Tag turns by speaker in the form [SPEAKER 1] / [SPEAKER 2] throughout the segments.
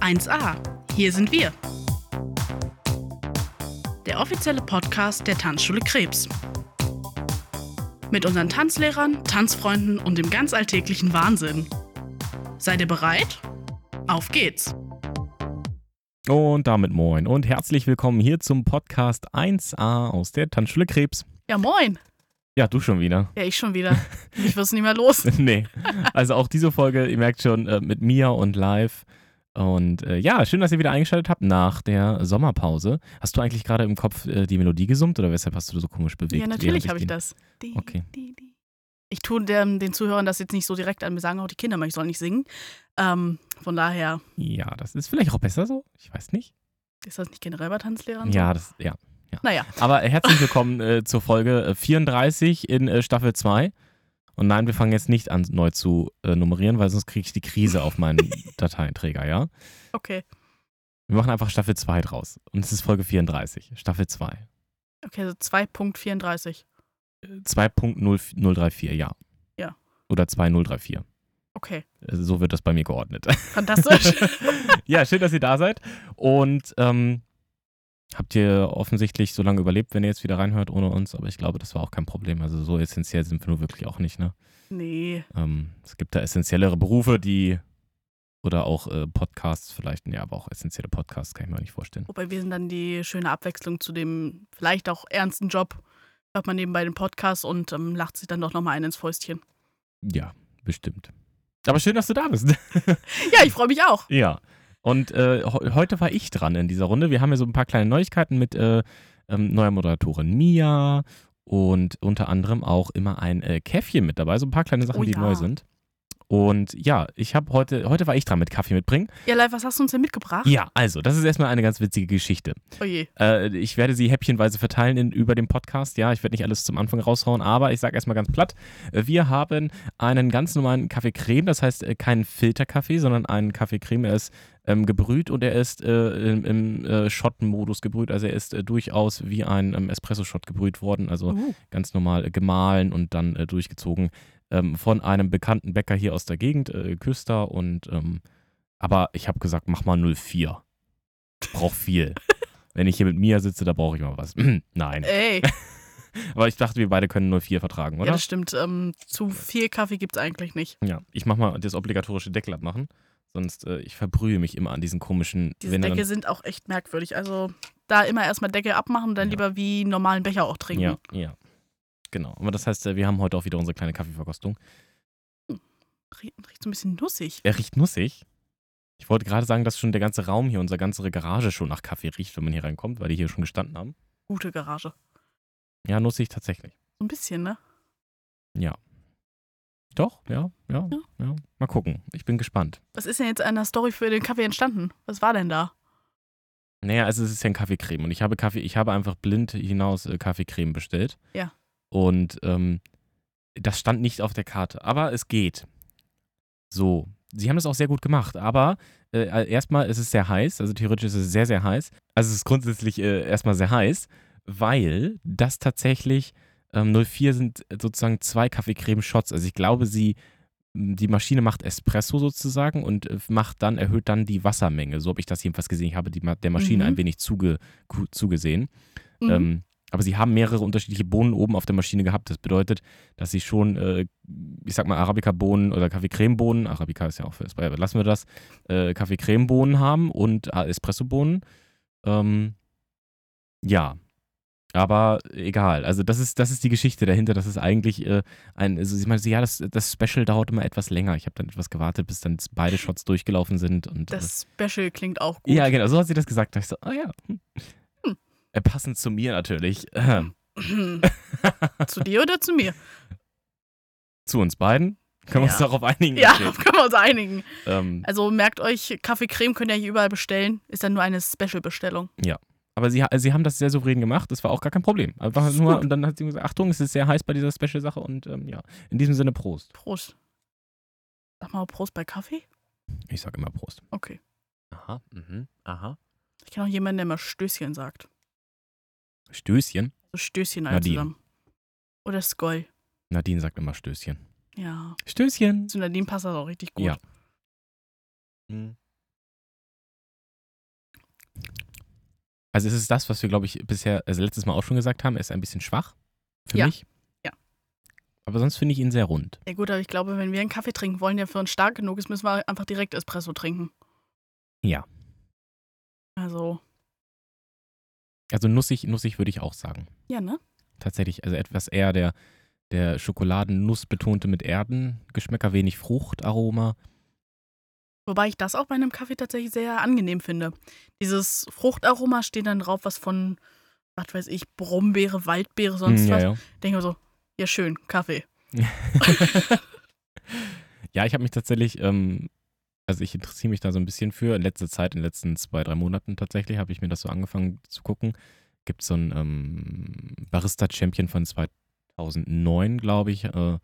[SPEAKER 1] 1a. Hier sind wir. Der offizielle Podcast der Tanzschule Krebs. Mit unseren Tanzlehrern, Tanzfreunden und dem ganz alltäglichen Wahnsinn. Seid ihr bereit? Auf geht's!
[SPEAKER 2] Und damit moin und herzlich willkommen hier zum Podcast 1a aus der Tanzschule Krebs.
[SPEAKER 1] Ja, moin!
[SPEAKER 2] Ja, du schon wieder.
[SPEAKER 1] Ja, ich schon wieder. Ich weiß nicht mehr los.
[SPEAKER 2] nee. Also auch diese Folge, ihr merkt schon, äh, mit Mia und live. Und äh, ja, schön, dass ihr wieder eingeschaltet habt nach der Sommerpause. Hast du eigentlich gerade im Kopf äh, die Melodie gesummt oder weshalb hast du so komisch bewegt?
[SPEAKER 1] Ja, natürlich
[SPEAKER 2] während
[SPEAKER 1] habe ich
[SPEAKER 2] den-
[SPEAKER 1] das. Di,
[SPEAKER 2] Okay.
[SPEAKER 1] di, di. Ich tue dem, den Zuhörern das jetzt nicht so direkt an. Mir sagen auch die Kinder, mal, ich soll nicht singen. Ähm, von daher
[SPEAKER 2] Ja, das ist vielleicht auch besser so. Ich weiß nicht.
[SPEAKER 1] ist das nicht generell bei Tanzlehrern. so?
[SPEAKER 2] Ja, das, ja.
[SPEAKER 1] Naja,
[SPEAKER 2] Aber herzlich willkommen äh, zur Folge äh, 34 in äh, Staffel 2. Und nein, wir fangen jetzt nicht an, neu zu äh, nummerieren, weil sonst kriege ich die Krise auf meinen Dateiträger, ja?
[SPEAKER 1] okay.
[SPEAKER 2] Wir machen einfach Staffel 2 draus. Und es ist Folge 34, Staffel 2.
[SPEAKER 1] Okay, also so 2.34.
[SPEAKER 2] Äh, 2.0034, ja.
[SPEAKER 1] Ja.
[SPEAKER 2] Oder 2034.
[SPEAKER 1] Okay,
[SPEAKER 2] Äh, So wird das bei mir geordnet.
[SPEAKER 1] fantastisch.
[SPEAKER 2] ja, schön, dass ihr da seid. Und ähm, habt ihr offensichtlich so lange überlebt, wenn ihr jetzt wieder reinhört ohne uns. Aber ich glaube, das war auch kein Problem. Also so essentiell sind wir nur wirklich auch nicht, ne?
[SPEAKER 1] nee,
[SPEAKER 2] Ähm, es gibt da essentiellere Berufe, die oder auch äh, Podcasts vielleicht, ja, aber auch essentielle Podcasts kann ich mir nicht vorstellen.
[SPEAKER 1] wobei wir sind dann die schöne Abwechslung zu dem vielleicht auch ernsten Job. Hört man nebenbei den Podcast und ähm, lacht sich dann doch nochmal ein ins Fäustchen.
[SPEAKER 2] Ja, bestimmt. Aber schön, dass du da bist.
[SPEAKER 1] Ja, ich freue mich auch.
[SPEAKER 2] ja. Und äh, ho- heute war ich dran in dieser Runde. Wir haben ja so ein paar kleine Neuigkeiten mit äh, ähm, neuer Moderatorin Mia und unter anderem auch immer ein äh, Käffchen mit dabei. So ein paar kleine Sachen,
[SPEAKER 1] Oh
[SPEAKER 2] die
[SPEAKER 1] ja.
[SPEAKER 2] neu sind. Und ja, ich habe heute, heute war ich dran mit Kaffee mitbringen.
[SPEAKER 1] Ja, live, was hast du uns denn mitgebracht?
[SPEAKER 2] Ja, also, das ist erstmal eine ganz witzige Geschichte.
[SPEAKER 1] Oh je.
[SPEAKER 2] Äh, ich werde sie häppchenweise verteilen in, über den Podcast. Ja, ich werde nicht alles zum Anfang raushauen, aber ich sage erstmal ganz platt: äh, Wir haben einen ganz normalen Kaffee Creme, das heißt äh, keinen Filterkaffee, sondern einen Kaffee Creme. Er ist ähm, gebrüht und er ist äh, im, im äh, Schottenmodus gebrüht. Also er ist äh, durchaus wie ein ähm, Espresso-Shot gebrüht worden. Also
[SPEAKER 1] Uh,
[SPEAKER 2] ganz normal äh, gemahlen und dann äh, durchgezogen ähm, von einem bekannten Bäcker hier aus der Gegend, äh, Küster. Und ähm, aber ich habe gesagt, mach mal 04. Brauch viel. Wenn ich hier mit Mia sitze, da brauche ich mal was. Nein.
[SPEAKER 1] ey,
[SPEAKER 2] Aber ich dachte, wir beide können 04
[SPEAKER 1] Äh.
[SPEAKER 2] vertragen,
[SPEAKER 1] ja,
[SPEAKER 2] oder?
[SPEAKER 1] das stimmt. Ähm, zu viel Kaffee gibt's eigentlich nicht.
[SPEAKER 2] Ja, ich mach mal das obligatorische Deckel abmachen. Sonst, äh, ich verbrühe mich immer an diesen komischen.
[SPEAKER 1] Diese
[SPEAKER 2] wenn er dann-
[SPEAKER 1] Deckel sind auch echt merkwürdig. Also da immer erstmal Deckel abmachen, dann
[SPEAKER 2] Ja.
[SPEAKER 1] lieber wie normalen Becher auch trinken.
[SPEAKER 2] Ja, ja. Genau. Aber das heißt, äh, wir haben heute auch wieder unsere kleine Kaffeeverkostung.
[SPEAKER 1] Rie- Riecht so ein bisschen nussig.
[SPEAKER 2] Er riecht nussig. Ich wollte gerade sagen, dass schon der ganze Raum hier, unsere ganze Garage schon nach Kaffee riecht, wenn man hier reinkommt, weil die hier schon gestanden haben.
[SPEAKER 1] Gute Garage.
[SPEAKER 2] Ja, nussig tatsächlich.
[SPEAKER 1] So ein bisschen, ne?
[SPEAKER 2] Doch, ja, ja,
[SPEAKER 1] Ja.
[SPEAKER 2] ja. Mal gucken. Ich bin gespannt.
[SPEAKER 1] Was ist denn jetzt an der Story für den Kaffee entstanden? Was war denn da?
[SPEAKER 2] Naja, also es ist ja ein Kaffeecreme und ich habe Kaffee, ich habe einfach blind hinaus äh, Kaffeecreme bestellt.
[SPEAKER 1] Ja.
[SPEAKER 2] Und ähm, das stand nicht auf der Karte, aber es geht. So, sie haben das auch sehr gut gemacht, aber äh, erstmal ist es sehr heiß, also theoretisch ist es sehr, sehr heiß. Also es ist grundsätzlich äh, erstmal sehr heiß, weil das tatsächlich ähm, 04 sind sozusagen zwei Kaffeecreme-Shots. Also ich glaube, sie die Maschine macht Espresso sozusagen und äh, macht dann, erhöht dann die Wassermenge. So habe ich das jedenfalls gesehen. Ich habe die, Ma- der Maschine
[SPEAKER 1] Mhm.
[SPEAKER 2] ein wenig zuge, ku- zugesehen.
[SPEAKER 1] Mhm.
[SPEAKER 2] Ähm, aber sie haben mehrere unterschiedliche Bohnen oben auf der Maschine gehabt. Das bedeutet, dass sie schon, äh, ich sag mal, Arabica-Bohnen oder Kaffee-Creme-Bohnen, Arabica ist ja auch für Espresso, aber lassen wir das, äh, Kaffee-Creme-Bohnen haben und äh, Espresso-Bohnen. Ähm, ja. Aber egal. Also, das ist, das ist die Geschichte dahinter. Das ist eigentlich äh, ein. Also sie meinte, ja, das, das Special dauert immer etwas länger. Ich habe dann etwas gewartet, bis dann beide Shots durchgelaufen sind. Und, äh,
[SPEAKER 1] Das Special klingt auch gut.
[SPEAKER 2] ja, genau, so hat sie das gesagt. Da ich so, oh ja. Hm. Äh, Passend zu mir natürlich. Ähm,
[SPEAKER 1] zu dir oder zu mir?
[SPEAKER 2] zu uns beiden. Können wir uns
[SPEAKER 1] Ja.
[SPEAKER 2] darauf einigen?
[SPEAKER 1] Ja,
[SPEAKER 2] Okay.
[SPEAKER 1] können wir uns einigen.
[SPEAKER 2] Ähm,
[SPEAKER 1] Also merkt euch, Kaffee-Creme könnt ihr hier überall bestellen. Ist dann nur eine Special-Bestellung.
[SPEAKER 2] aber sie, ha- sie haben das sehr souverän gemacht. Das war auch gar kein Problem. Einfach
[SPEAKER 1] Ist
[SPEAKER 2] nur,
[SPEAKER 1] gut.
[SPEAKER 2] und dann hat sie gesagt: Achtung, es ist sehr heiß bei dieser Special-Sache. Und ähm, ja, in diesem Sinne, Prost.
[SPEAKER 1] Prost. Sag mal Prost bei Kaffee?
[SPEAKER 2] Ich sage immer Prost.
[SPEAKER 1] Okay.
[SPEAKER 2] Aha, mhm, aha.
[SPEAKER 1] Ich kenne auch jemanden, der mal Stößchen sagt.
[SPEAKER 2] Stößchen.
[SPEAKER 1] So Stößchen alle
[SPEAKER 2] Nadine.
[SPEAKER 1] zusammen. Oder Skoll.
[SPEAKER 2] Nadine sagt immer Stößchen.
[SPEAKER 1] Ja.
[SPEAKER 2] Stößchen.
[SPEAKER 1] Zu Nadine passt das auch richtig gut.
[SPEAKER 2] Ja. Mhm. Also es ist das, was wir, glaube ich, bisher, also letztes Mal auch schon gesagt haben, er ist ein bisschen schwach für
[SPEAKER 1] Ja.
[SPEAKER 2] mich.
[SPEAKER 1] Ja.
[SPEAKER 2] Aber sonst finde ich ihn sehr rund.
[SPEAKER 1] Ja gut, aber ich glaube, wenn wir einen Kaffee trinken wollen, der für uns stark genug ist, müssen wir einfach direkt Espresso trinken.
[SPEAKER 2] Ja.
[SPEAKER 1] Also,
[SPEAKER 2] Also nussig, nussig würde ich auch sagen.
[SPEAKER 1] ja, ne?
[SPEAKER 2] Tatsächlich, also etwas eher der, der Schokoladennuss betonte mit Erdengeschmäcker, wenig Fruchtaroma.
[SPEAKER 1] Wobei ich das auch bei einem Kaffee tatsächlich sehr angenehm finde. Dieses Fruchtaroma steht dann drauf, was von, was weiß ich, Brombeere, Waldbeere, sonst
[SPEAKER 2] Hm, ja,
[SPEAKER 1] was.
[SPEAKER 2] ja.
[SPEAKER 1] Denke mir so, ja schön, Kaffee.
[SPEAKER 2] ja, ich habe mich tatsächlich, ähm, also ich interessiere mich da so ein bisschen für. In letzter Zeit, in den letzten zwei, drei Monaten tatsächlich, habe ich mir das so angefangen zu gucken. Gibt so einen ähm, Barista-Champion von 2009, glaube ich. Äh,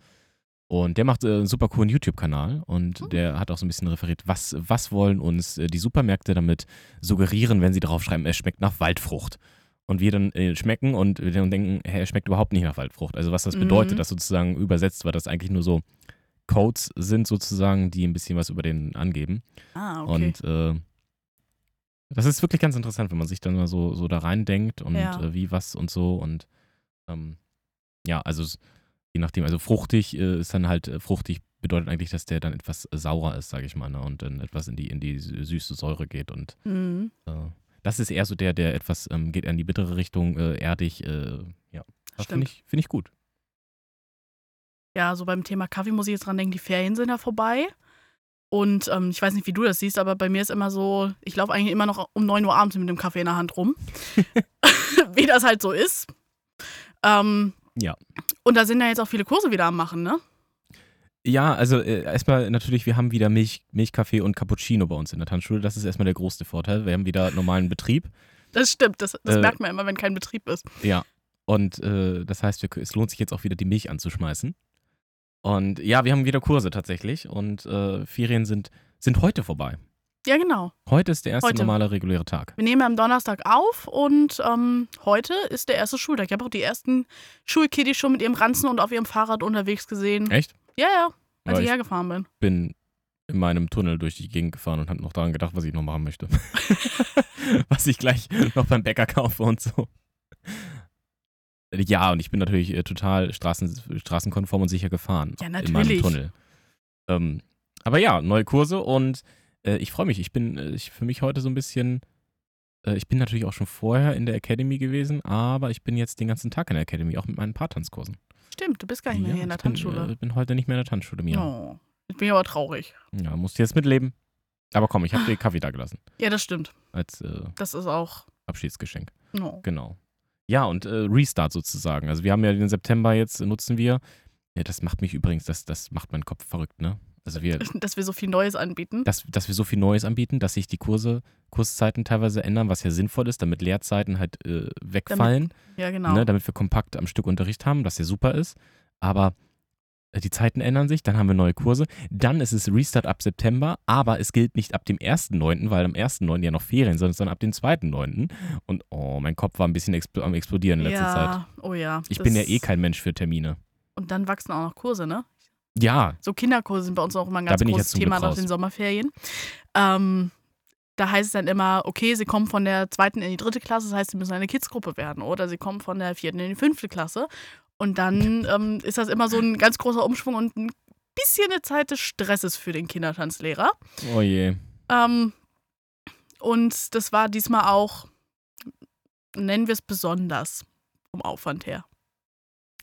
[SPEAKER 2] und der macht äh, einen super coolen YouTube-Kanal und
[SPEAKER 1] Hm.
[SPEAKER 2] der hat auch so ein bisschen referiert, was, was wollen uns äh, die Supermärkte damit suggerieren, wenn sie draufschreiben, es schmeckt nach Waldfrucht. Und wir dann äh, schmecken und wir dann denken, hä, es schmeckt überhaupt nicht nach Waldfrucht. Also was das bedeutet,
[SPEAKER 1] Mhm.
[SPEAKER 2] das sozusagen übersetzt, weil das eigentlich nur so Codes sind sozusagen, die ein bisschen was über den angeben.
[SPEAKER 1] Ah, okay.
[SPEAKER 2] Und äh, das ist wirklich ganz interessant, wenn man sich dann mal so, so da reindenkt und
[SPEAKER 1] Ja.
[SPEAKER 2] äh, wie, was und so. Und ähm, ja, also es- je nachdem, also fruchtig äh, ist dann halt, äh, fruchtig bedeutet eigentlich, dass der dann etwas äh, saurer ist, sage ich mal, ne? und dann etwas in die, in die sü- süße Säure geht. Und
[SPEAKER 1] mhm.
[SPEAKER 2] äh, das ist eher so der, der etwas ähm, geht in die bittere Richtung, äh, erdig, äh, ja. Das Finde
[SPEAKER 1] Stimmt.
[SPEAKER 2] ich, find ich gut.
[SPEAKER 1] Ja, so beim Thema Kaffee muss ich jetzt dran denken, die Ferien sind ja vorbei. Und ähm, ich weiß nicht, wie du das siehst, aber bei mir ist immer so, ich laufe eigentlich immer noch um 9 Uhr abends mit dem Kaffee in der Hand rum. wie das halt so ist. Ähm,
[SPEAKER 2] Ja.
[SPEAKER 1] Und da sind ja jetzt auch viele Kurse wieder am Machen, ne?
[SPEAKER 2] Ja, also äh, erstmal natürlich, wir haben wieder Milch, Milchkaffee und Cappuccino bei uns in der Tanzschule. Das ist erstmal der größte Vorteil. Wir haben wieder normalen Betrieb.
[SPEAKER 1] Das stimmt, das, das
[SPEAKER 2] Äh.
[SPEAKER 1] merkt man immer, wenn kein Betrieb ist.
[SPEAKER 2] Ja. Und äh, das heißt, wir, es lohnt sich jetzt auch wieder, die Milch anzuschmeißen. Und ja, wir haben wieder Kurse tatsächlich. Und äh, Ferien sind, sind heute vorbei.
[SPEAKER 1] Ja, genau.
[SPEAKER 2] Heute ist der erste
[SPEAKER 1] Heute.
[SPEAKER 2] normale, reguläre Tag.
[SPEAKER 1] Wir nehmen am Donnerstag auf und ähm, heute ist der erste Schultag. Ich habe auch die ersten Schulkiddies schon mit ihrem Ranzen und auf ihrem Fahrrad unterwegs gesehen.
[SPEAKER 2] Echt?
[SPEAKER 1] Ja, Also ja, als
[SPEAKER 2] Weil
[SPEAKER 1] ich
[SPEAKER 2] ich
[SPEAKER 1] hergefahren bin.
[SPEAKER 2] bin in meinem Tunnel durch die Gegend gefahren und habe noch daran gedacht, was ich noch machen möchte. was ich gleich noch beim Bäcker kaufe und so. Ja, und ich bin natürlich äh, total straßen, straßenkonform und sicher gefahren.
[SPEAKER 1] Ja,
[SPEAKER 2] In meinem
[SPEAKER 1] natürlich.
[SPEAKER 2] Tunnel. Ähm, aber ja, neue Kurse und äh, ich freue mich. Ich bin äh, ich, für mich heute so ein bisschen. Äh, ich bin natürlich auch schon vorher in der Academy gewesen, aber ich bin jetzt den ganzen Tag in der Academy, auch mit meinen Paartanzkursen.
[SPEAKER 1] Stimmt, du bist gar nicht mehr hier in der
[SPEAKER 2] ich bin,
[SPEAKER 1] Tanzschule.
[SPEAKER 2] äh, bin heute nicht mehr in der Tanzschule, Mira.
[SPEAKER 1] Oh, ich bin aber traurig.
[SPEAKER 2] Ja, musst du jetzt mitleben. Aber komm, ich habe dir Kaffee da gelassen
[SPEAKER 1] Ja, das stimmt.
[SPEAKER 2] als äh,
[SPEAKER 1] Das ist auch.
[SPEAKER 2] Abschiedsgeschenk.
[SPEAKER 1] Oh.
[SPEAKER 2] Genau. Ja, und äh, Restart sozusagen. Also wir haben ja den September jetzt, äh, nutzen wir. Ja, das macht mich übrigens, das, das macht meinen Kopf verrückt, ne? Also wir,
[SPEAKER 1] Dass wir so viel Neues anbieten.
[SPEAKER 2] dass, dass wir so viel Neues anbieten, dass sich die Kurse, Kurszeiten teilweise ändern, was ja sinnvoll ist, damit Lehrzeiten halt äh, wegfallen,
[SPEAKER 1] Ja, genau.
[SPEAKER 2] ne? damit wir kompakt am Stück Unterricht haben, was ja super ist. Aber äh, die Zeiten ändern sich, dann haben wir neue Kurse. Dann ist es Restart ab September, aber es gilt nicht ab dem 1.9., weil am 1.9. ja noch Ferien sind, sondern ab dem 2.9. Und oh, mein Kopf war ein bisschen expl am explodieren in letzter
[SPEAKER 1] ja,
[SPEAKER 2] Zeit.
[SPEAKER 1] oh ja.
[SPEAKER 2] Ich
[SPEAKER 1] das-
[SPEAKER 2] bin ja eh kein Mensch für Termine.
[SPEAKER 1] Und dann wachsen auch noch Kurse, ne?
[SPEAKER 2] Ja,
[SPEAKER 1] So Kinderkurse sind bei uns auch immer ein
[SPEAKER 2] Da
[SPEAKER 1] ganz
[SPEAKER 2] bin ich
[SPEAKER 1] großes
[SPEAKER 2] jetzt zum
[SPEAKER 1] Thema
[SPEAKER 2] Glück
[SPEAKER 1] nach
[SPEAKER 2] raus.
[SPEAKER 1] den Sommerferien. Ähm, da heißt es dann immer, okay, sie kommen von der zweiten in die dritte Klasse, das heißt, sie müssen eine Kidsgruppe werden. Oder sie kommen von der vierten in die fünfte Klasse. Und dann ähm, ist das immer so ein ganz großer Umschwung und ein bisschen eine Zeit des Stresses für den Kindertanzlehrer.
[SPEAKER 2] oh je.
[SPEAKER 1] Ähm, und das war diesmal auch, nennen wir es besonders, vom Aufwand her.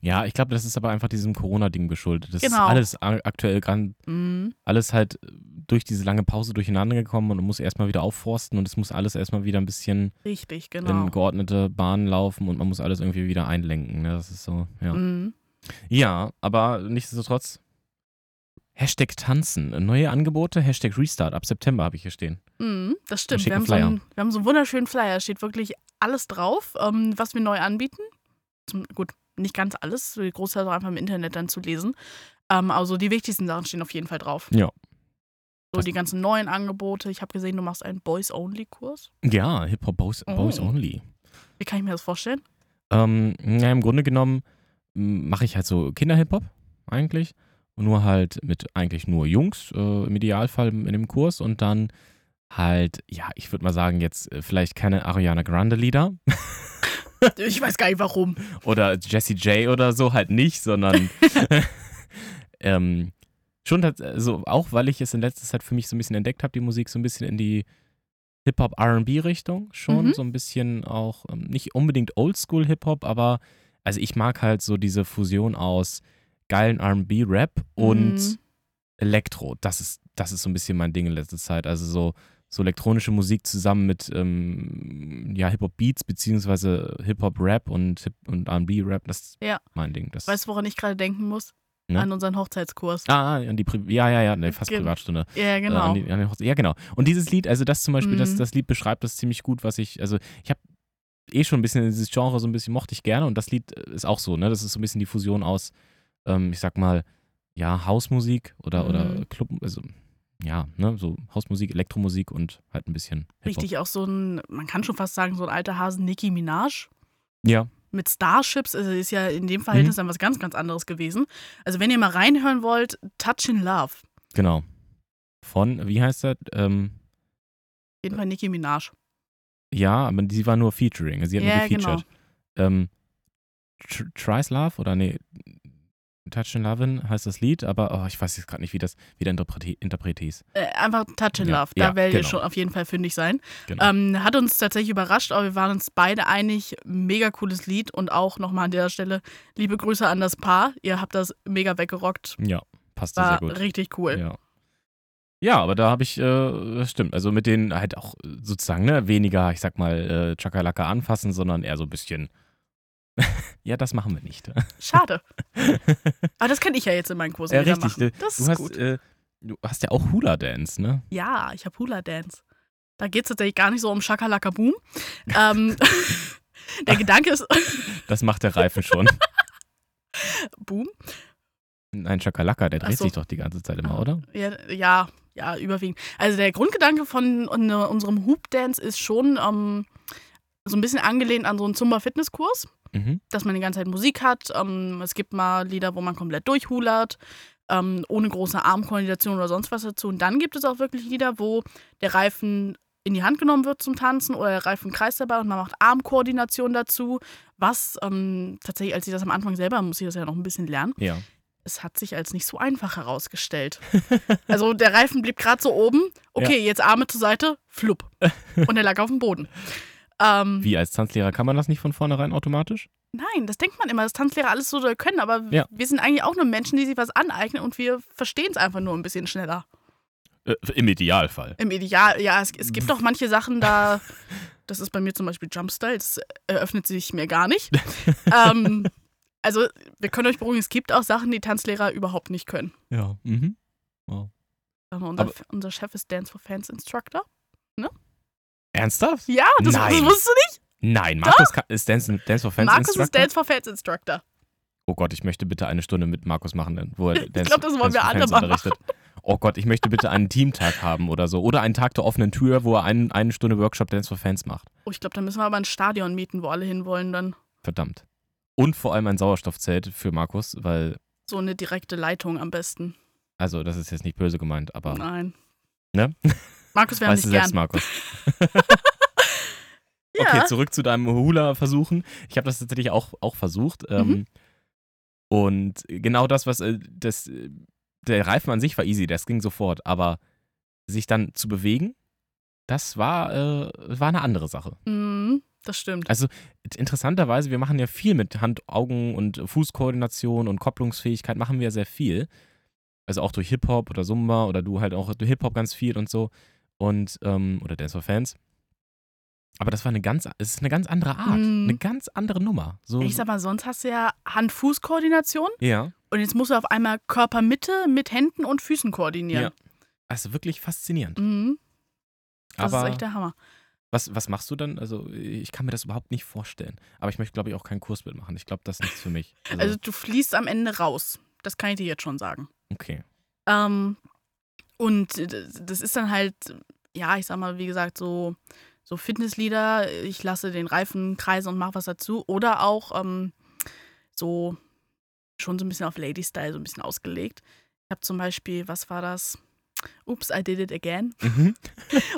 [SPEAKER 2] Ja, ich glaube, das ist aber einfach diesem Corona-Ding geschuldet. Das
[SPEAKER 1] Genau.
[SPEAKER 2] ist alles a- aktuell ganz
[SPEAKER 1] Mhm.
[SPEAKER 2] alles halt durch diese lange Pause durcheinander gekommen und muss erstmal wieder aufforsten und es muss alles erstmal wieder ein bisschen
[SPEAKER 1] Richtig, genau.
[SPEAKER 2] in geordnete Bahnen laufen und man muss alles irgendwie wieder einlenken. Ne? Das ist so, ja.
[SPEAKER 1] Mhm.
[SPEAKER 2] Ja, aber nichtsdestotrotz. Hashtag tanzen. Neue Angebote, Hashtag Restart. Ab September habe ich hier stehen.
[SPEAKER 1] Mhm, das stimmt.
[SPEAKER 2] schicken
[SPEAKER 1] Wir haben, so
[SPEAKER 2] Flyer.
[SPEAKER 1] einen, wir haben so einen wunderschönen Flyer. Da steht wirklich alles drauf, ähm, was wir neu anbieten. Zum, gut, nicht ganz alles. Die Großteil ist auch einfach im Internet dann zu lesen. Ähm, also die wichtigsten Sachen stehen auf jeden Fall drauf.
[SPEAKER 2] Ja.
[SPEAKER 1] So die ganzen neuen Angebote. Ich habe gesehen, du machst einen Boys-Only-Kurs.
[SPEAKER 2] Ja, Hip-Hop Boys,
[SPEAKER 1] Oh.
[SPEAKER 2] Boys Only.
[SPEAKER 1] Wie kann ich mir das vorstellen?
[SPEAKER 2] Ähm, ja, im Grunde genommen m, mache ich halt so Kinder-Hip-Hop eigentlich. Nur halt mit eigentlich nur Jungs, äh, im Idealfall in dem Kurs und dann halt, ja, ich würde mal sagen, jetzt äh, vielleicht keine Ariana Grande-Lieder
[SPEAKER 1] Ich weiß gar nicht warum.
[SPEAKER 2] oder Jesse J oder so, halt nicht, sondern ähm, schon tats- also auch weil ich es in letzter Zeit für mich so ein bisschen entdeckt habe, die Musik so ein bisschen in die Hip-Hop-RB-Richtung schon,
[SPEAKER 1] Mhm.
[SPEAKER 2] so ein bisschen auch, ähm, nicht unbedingt Oldschool-Hip-Hop, aber also ich mag halt so diese Fusion aus geilen RB-Rap und
[SPEAKER 1] Mhm.
[SPEAKER 2] Elektro. Das ist, das ist so ein bisschen mein Ding in letzter Zeit. Also so, so elektronische Musik zusammen mit ähm, ja, Hip-Hop-Beats beziehungsweise Hip-Hop-Rap und, Hip und RB-Rap, das ist
[SPEAKER 1] Ja.
[SPEAKER 2] mein Ding. Das
[SPEAKER 1] Weißt du, woran ich gerade denken muss?
[SPEAKER 2] Ne?
[SPEAKER 1] An unseren Hochzeitskurs.
[SPEAKER 2] Ah, an die Pri ja, ja, ja, ne, fast
[SPEAKER 1] Gen-
[SPEAKER 2] Privatstunde.
[SPEAKER 1] Ja,
[SPEAKER 2] Äh,
[SPEAKER 1] genau.
[SPEAKER 2] An die, an die Hochze- ja, genau. Und dieses Lied, also das zum Beispiel, das,
[SPEAKER 1] Mhm.
[SPEAKER 2] das Lied beschreibt das ziemlich gut, was ich, also ich habe eh schon ein bisschen dieses Genre so ein bisschen mochte ich gerne und das Lied äh, ist auch so, ne? Das ist so ein bisschen die Fusion aus, ähm, ich sag mal, ja, Hausmusik oder, oder
[SPEAKER 1] Mhm.
[SPEAKER 2] Club, also ja, ne, so Hausmusik, Elektromusik und halt ein bisschen Hip-Hop.
[SPEAKER 1] Richtig, auch so ein, man kann schon fast sagen, so ein alter Hasen Nicki Minaj.
[SPEAKER 2] Ja, Mhm.
[SPEAKER 1] mit Starships also ist ja in dem Verhältnis dann was ganz, ganz anderes gewesen. Also wenn ihr mal reinhören wollt, Touch in Love.
[SPEAKER 2] genau. Von, wie heißt das? Ähm,
[SPEAKER 1] Jeden Fall Nicki Minaj.
[SPEAKER 2] ja, aber sie war nur Featuring, sie hat
[SPEAKER 1] Ja, genau.
[SPEAKER 2] nur gefeatured. ähm, Tr- Tries Love oder nee, Touch and Lovin heißt das Lied, aber oh, ich weiß jetzt gerade nicht, wie das wieder interpreti interpretiert hieß.
[SPEAKER 1] Äh, einfach Touch in
[SPEAKER 2] Ja,
[SPEAKER 1] Love. Da
[SPEAKER 2] ja,
[SPEAKER 1] werdet
[SPEAKER 2] genau.
[SPEAKER 1] ihr schon auf jeden Fall fündig sein.
[SPEAKER 2] Genau.
[SPEAKER 1] Ähm, hat uns tatsächlich überrascht, aber wir waren uns beide einig. Mega cooles Lied und auch nochmal an der Stelle liebe Grüße an das Paar. Ihr habt das mega weggerockt.
[SPEAKER 2] ja, passt sehr
[SPEAKER 1] War
[SPEAKER 2] gut.
[SPEAKER 1] richtig cool.
[SPEAKER 2] Ja. ja, aber da habe ich, äh, das stimmt, also mit denen halt auch äh, sozusagen ne, weniger, ich sag mal, äh, Chakalaka anfassen, sondern eher so ein bisschen. ja, das machen wir nicht.
[SPEAKER 1] Schade. aber das kann ich ja jetzt in meinen Kursen
[SPEAKER 2] Ja,
[SPEAKER 1] wieder
[SPEAKER 2] richtig,
[SPEAKER 1] machen. Das
[SPEAKER 2] Du
[SPEAKER 1] ist
[SPEAKER 2] hast,
[SPEAKER 1] gut.
[SPEAKER 2] äh, du hast ja auch Hula Dance, ne?
[SPEAKER 1] Ja, ich habe Hula Dance. Da geht es tatsächlich gar nicht so um Shakalaka Boom. Ähm, der Gedanke ist
[SPEAKER 2] Das macht der Reifen schon.
[SPEAKER 1] Boom.
[SPEAKER 2] Nein, Chakalaka, der
[SPEAKER 1] Ach
[SPEAKER 2] dreht
[SPEAKER 1] so.
[SPEAKER 2] sich doch die ganze Zeit immer,
[SPEAKER 1] Ah.
[SPEAKER 2] oder?
[SPEAKER 1] Ja, ja, ja, überwiegend. Also der Grundgedanke von un- unserem Hoop Dance ist schon ähm, so ein bisschen angelehnt an so einen Zumba Fitnesskurs,
[SPEAKER 2] Mhm.
[SPEAKER 1] dass man die ganze Zeit Musik hat. Ähm, es gibt mal Lieder, wo man komplett durchhulert. Ähm, ohne große Armkoordination oder sonst was dazu. Und dann gibt es auch wirklich Lieder, wo der Reifen in die Hand genommen wird zum Tanzen oder der Reifen kreist dabei und man macht Armkoordination dazu, was ähm, tatsächlich, als ich das am Anfang selber, muss ich das ja noch ein bisschen lernen,
[SPEAKER 2] Ja.
[SPEAKER 1] es hat sich als nicht so einfach herausgestellt. Also der Reifen blieb gerade so oben, okay, jetzt Arme zur Seite, flupp. Und er lag auf dem Boden. Ähm,
[SPEAKER 2] Wie, als Tanzlehrer kann man das nicht von vornherein automatisch?
[SPEAKER 1] Nein, das denkt man immer, dass Tanzlehrer alles so doll können, aber
[SPEAKER 2] Ja.
[SPEAKER 1] wir sind eigentlich auch nur Menschen, die sich was aneignen und wir verstehen es einfach nur ein bisschen schneller.
[SPEAKER 2] Äh, Im Idealfall.
[SPEAKER 1] Im Ideal, ja, es, es gibt auch manche Sachen, da, das ist bei mir zum Beispiel Jumpstyle, das eröffnet sich mir gar nicht. ähm, also, wir können euch beruhigen, es gibt auch Sachen, die Tanzlehrer überhaupt nicht können.
[SPEAKER 2] Ja. Mhm. Wow.
[SPEAKER 1] Also unser,
[SPEAKER 2] Aber-
[SPEAKER 1] unser Chef ist Dance for Fans Instructor.
[SPEAKER 2] Ernsthaft?
[SPEAKER 1] Ja, das, das
[SPEAKER 2] Nein.
[SPEAKER 1] wusstest du nicht.
[SPEAKER 2] Nein, Markus kann, ist Dance, Dance for Fans
[SPEAKER 1] Markus ist
[SPEAKER 2] Instructor.
[SPEAKER 1] Dance for Fans Instructor.
[SPEAKER 2] oh Gott, ich möchte bitte eine Stunde mit Markus machen, wo er Dance,
[SPEAKER 1] glaub, das wollen
[SPEAKER 2] Dance
[SPEAKER 1] wir
[SPEAKER 2] for
[SPEAKER 1] alle
[SPEAKER 2] Fans
[SPEAKER 1] mal
[SPEAKER 2] unterrichtet. Oh Gott, ich möchte bitte einen Teamtag haben oder so. Oder einen Tag der offenen Tür, wo er einen, eine Stunde Workshop Dance for Fans macht.
[SPEAKER 1] Oh, ich glaube, da müssen wir aber ein Stadion mieten, wo alle hinwollen, dann
[SPEAKER 2] Verdammt. Und vor allem ein Sauerstoffzelt für Markus, weil,
[SPEAKER 1] so eine direkte Leitung am besten.
[SPEAKER 2] also das ist jetzt nicht böse gemeint, aber
[SPEAKER 1] Nein.
[SPEAKER 2] Ne?
[SPEAKER 1] Markus wäre
[SPEAKER 2] weißt
[SPEAKER 1] nicht
[SPEAKER 2] du selbst,
[SPEAKER 1] gern.
[SPEAKER 2] Markus.
[SPEAKER 1] Ja.
[SPEAKER 2] Okay, zurück zu deinem Hula-Versuchen. Ich habe das tatsächlich auch, auch versucht. Ähm, und genau das, was äh, das, äh, der Reifen an sich war easy, das ging sofort. Aber sich dann zu bewegen, das war, äh, war eine andere Sache.
[SPEAKER 1] Mhm, das stimmt.
[SPEAKER 2] Interessanterweise, wir machen ja viel mit Hand, Augen und Fußkoordination und Kopplungsfähigkeit, machen wir sehr viel. Also auch durch Hip-Hop oder Zumba oder du halt auch durch Hip-Hop ganz viel und so. Und, ähm, oder Dance for Fans. Aber das war eine ganz, es ist eine ganz andere Art,
[SPEAKER 1] Mhm.
[SPEAKER 2] eine ganz andere Nummer. So,
[SPEAKER 1] Ich sag mal, sonst hast du ja Hand-Fuß-Koordination
[SPEAKER 2] ja.
[SPEAKER 1] und jetzt musst du auf einmal Körpermitte mit Händen und Füßen koordinieren.
[SPEAKER 2] Also wirklich faszinierend.
[SPEAKER 1] Mhm, das
[SPEAKER 2] Aber
[SPEAKER 1] ist echt der Hammer.
[SPEAKER 2] was, was machst du dann? Also ich kann mir das überhaupt nicht vorstellen. Aber ich möchte, glaube ich, auch keinen Kurs mitmachen. Ich glaube, das ist nichts für mich. Also,
[SPEAKER 1] Also du fließt am Ende raus. Das kann ich dir jetzt schon sagen.
[SPEAKER 2] okay.
[SPEAKER 1] Ähm, und d- das ist dann halt, ja, ich sag mal, wie gesagt, so, so Fitnesslieder. Ich lasse den Reifen kreisen und mache was dazu. Oder auch ähm, so, schon so ein bisschen auf Lady-Style, so ein bisschen ausgelegt. Ich habe zum Beispiel, was war das? Oops, I did it again.
[SPEAKER 2] Mhm.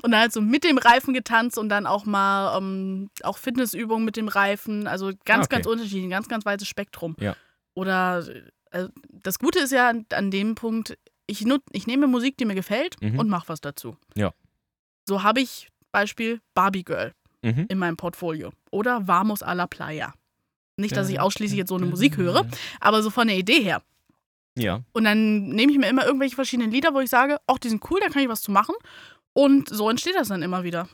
[SPEAKER 1] Und dann halt so mit dem Reifen getanzt und dann auch mal ähm, auch Fitnessübungen mit dem Reifen. Also ganz,
[SPEAKER 2] Ah, okay.
[SPEAKER 1] ganz unterschiedlich, ein ganz, ganz weites Spektrum.
[SPEAKER 2] Ja.
[SPEAKER 1] Oder äh, das Gute ist ja an, an dem Punkt, ich, nut, ich nehme Musik, die mir gefällt
[SPEAKER 2] Mhm.
[SPEAKER 1] und mache was dazu.
[SPEAKER 2] Ja.
[SPEAKER 1] So habe ich Beispiel Barbie Girl
[SPEAKER 2] Mhm.
[SPEAKER 1] in meinem Portfolio oder Vamos a la Playa. Nicht, dass
[SPEAKER 2] Äh,
[SPEAKER 1] ich ausschließlich jetzt so eine Musik höre, aber so von der Idee her.
[SPEAKER 2] Ja.
[SPEAKER 1] Und dann nehme ich mir immer irgendwelche verschiedenen Lieder, wo ich sage, ach, die sind cool, da kann ich was zu machen. Und so entsteht das dann immer wieder.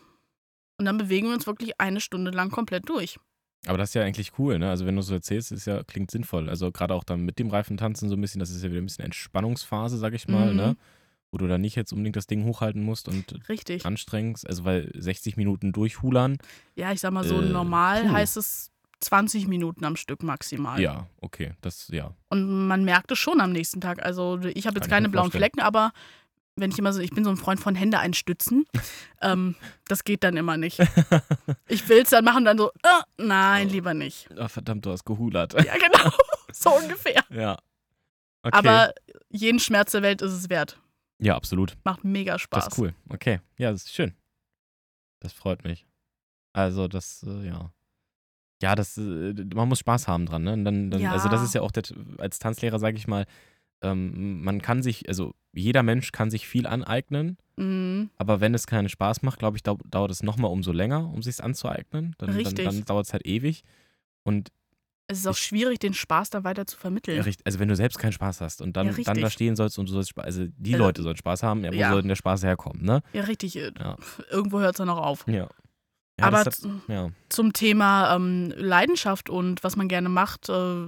[SPEAKER 1] Und dann bewegen wir uns wirklich eine Stunde lang komplett durch.
[SPEAKER 2] Aber das ist ja eigentlich cool, ne? Also wenn du so erzählst, ist ja, klingt sinnvoll. Also gerade auch dann mit dem Reifen tanzen so ein bisschen, das ist ja wieder ein bisschen Entspannungsphase, sag ich mal,
[SPEAKER 1] Mhm.
[SPEAKER 2] ne? Wo du dann nicht jetzt unbedingt das Ding hochhalten musst und
[SPEAKER 1] Richtig.
[SPEAKER 2] anstrengst. Also weil 60 Minuten durchhulern.
[SPEAKER 1] Ja, ich sag mal so,
[SPEAKER 2] Äh,
[SPEAKER 1] normal
[SPEAKER 2] puh.
[SPEAKER 1] heißt es 20 Minuten am Stück maximal.
[SPEAKER 2] Ja, okay. Das, ja.
[SPEAKER 1] Und man merkt es schon am nächsten Tag. Also ich habe
[SPEAKER 2] Kann ich
[SPEAKER 1] jetzt
[SPEAKER 2] mir
[SPEAKER 1] keine blauen
[SPEAKER 2] vorstellen.
[SPEAKER 1] Flecken, aber wenn ich immer so, ich bin so ein Freund von Hände einstützen, ähm, das geht dann immer nicht. Ich will es dann machen, dann so, äh, nein,
[SPEAKER 2] Oh.
[SPEAKER 1] lieber nicht.
[SPEAKER 2] Ah, verdammt, du hast gehulert.
[SPEAKER 1] Ja, genau, so ungefähr.
[SPEAKER 2] ja. Okay.
[SPEAKER 1] Aber jeden Schmerz der Welt ist es wert.
[SPEAKER 2] ja, absolut.
[SPEAKER 1] Macht mega Spaß.
[SPEAKER 2] Das ist cool. Okay. Ja, das ist schön. Das freut mich. Also, das, äh, ja. Ja, das, äh, man muss Spaß haben dran, ne? Und dann, dann, Also, das
[SPEAKER 1] Ja.
[SPEAKER 2] ist ja auch der, als Tanzlehrer, sage ich mal, ähm, man kann sich, also jeder Mensch kann sich viel aneignen,
[SPEAKER 1] Mhm.
[SPEAKER 2] aber wenn es keinen Spaß macht, glaube ich, dau dauert es nochmal umso länger, um sich anzueignen. Dann, dann,
[SPEAKER 1] Richtig.
[SPEAKER 2] dann dauert es halt ewig. Und
[SPEAKER 1] Es ist auch schwierig, den Spaß dann weiter zu vermitteln.
[SPEAKER 2] richt- also wenn du selbst keinen Spaß hast und dann,
[SPEAKER 1] Ja,
[SPEAKER 2] dann da
[SPEAKER 1] richtig.
[SPEAKER 2] stehen sollst und du sollst Spaß, also die
[SPEAKER 1] Also-
[SPEAKER 2] Leute sollen Spaß haben, ja, wo
[SPEAKER 1] Ja.
[SPEAKER 2] soll denn der Spaß herkommen, ne?
[SPEAKER 1] Ja, richtig. äh,
[SPEAKER 2] Ja.
[SPEAKER 1] Irgendwo hört es dann auch auf.
[SPEAKER 2] Ja. ja
[SPEAKER 1] Aber
[SPEAKER 2] das
[SPEAKER 1] z-
[SPEAKER 2] hat, ja.
[SPEAKER 1] zum Thema ähm, Leidenschaft und was man gerne macht, äh,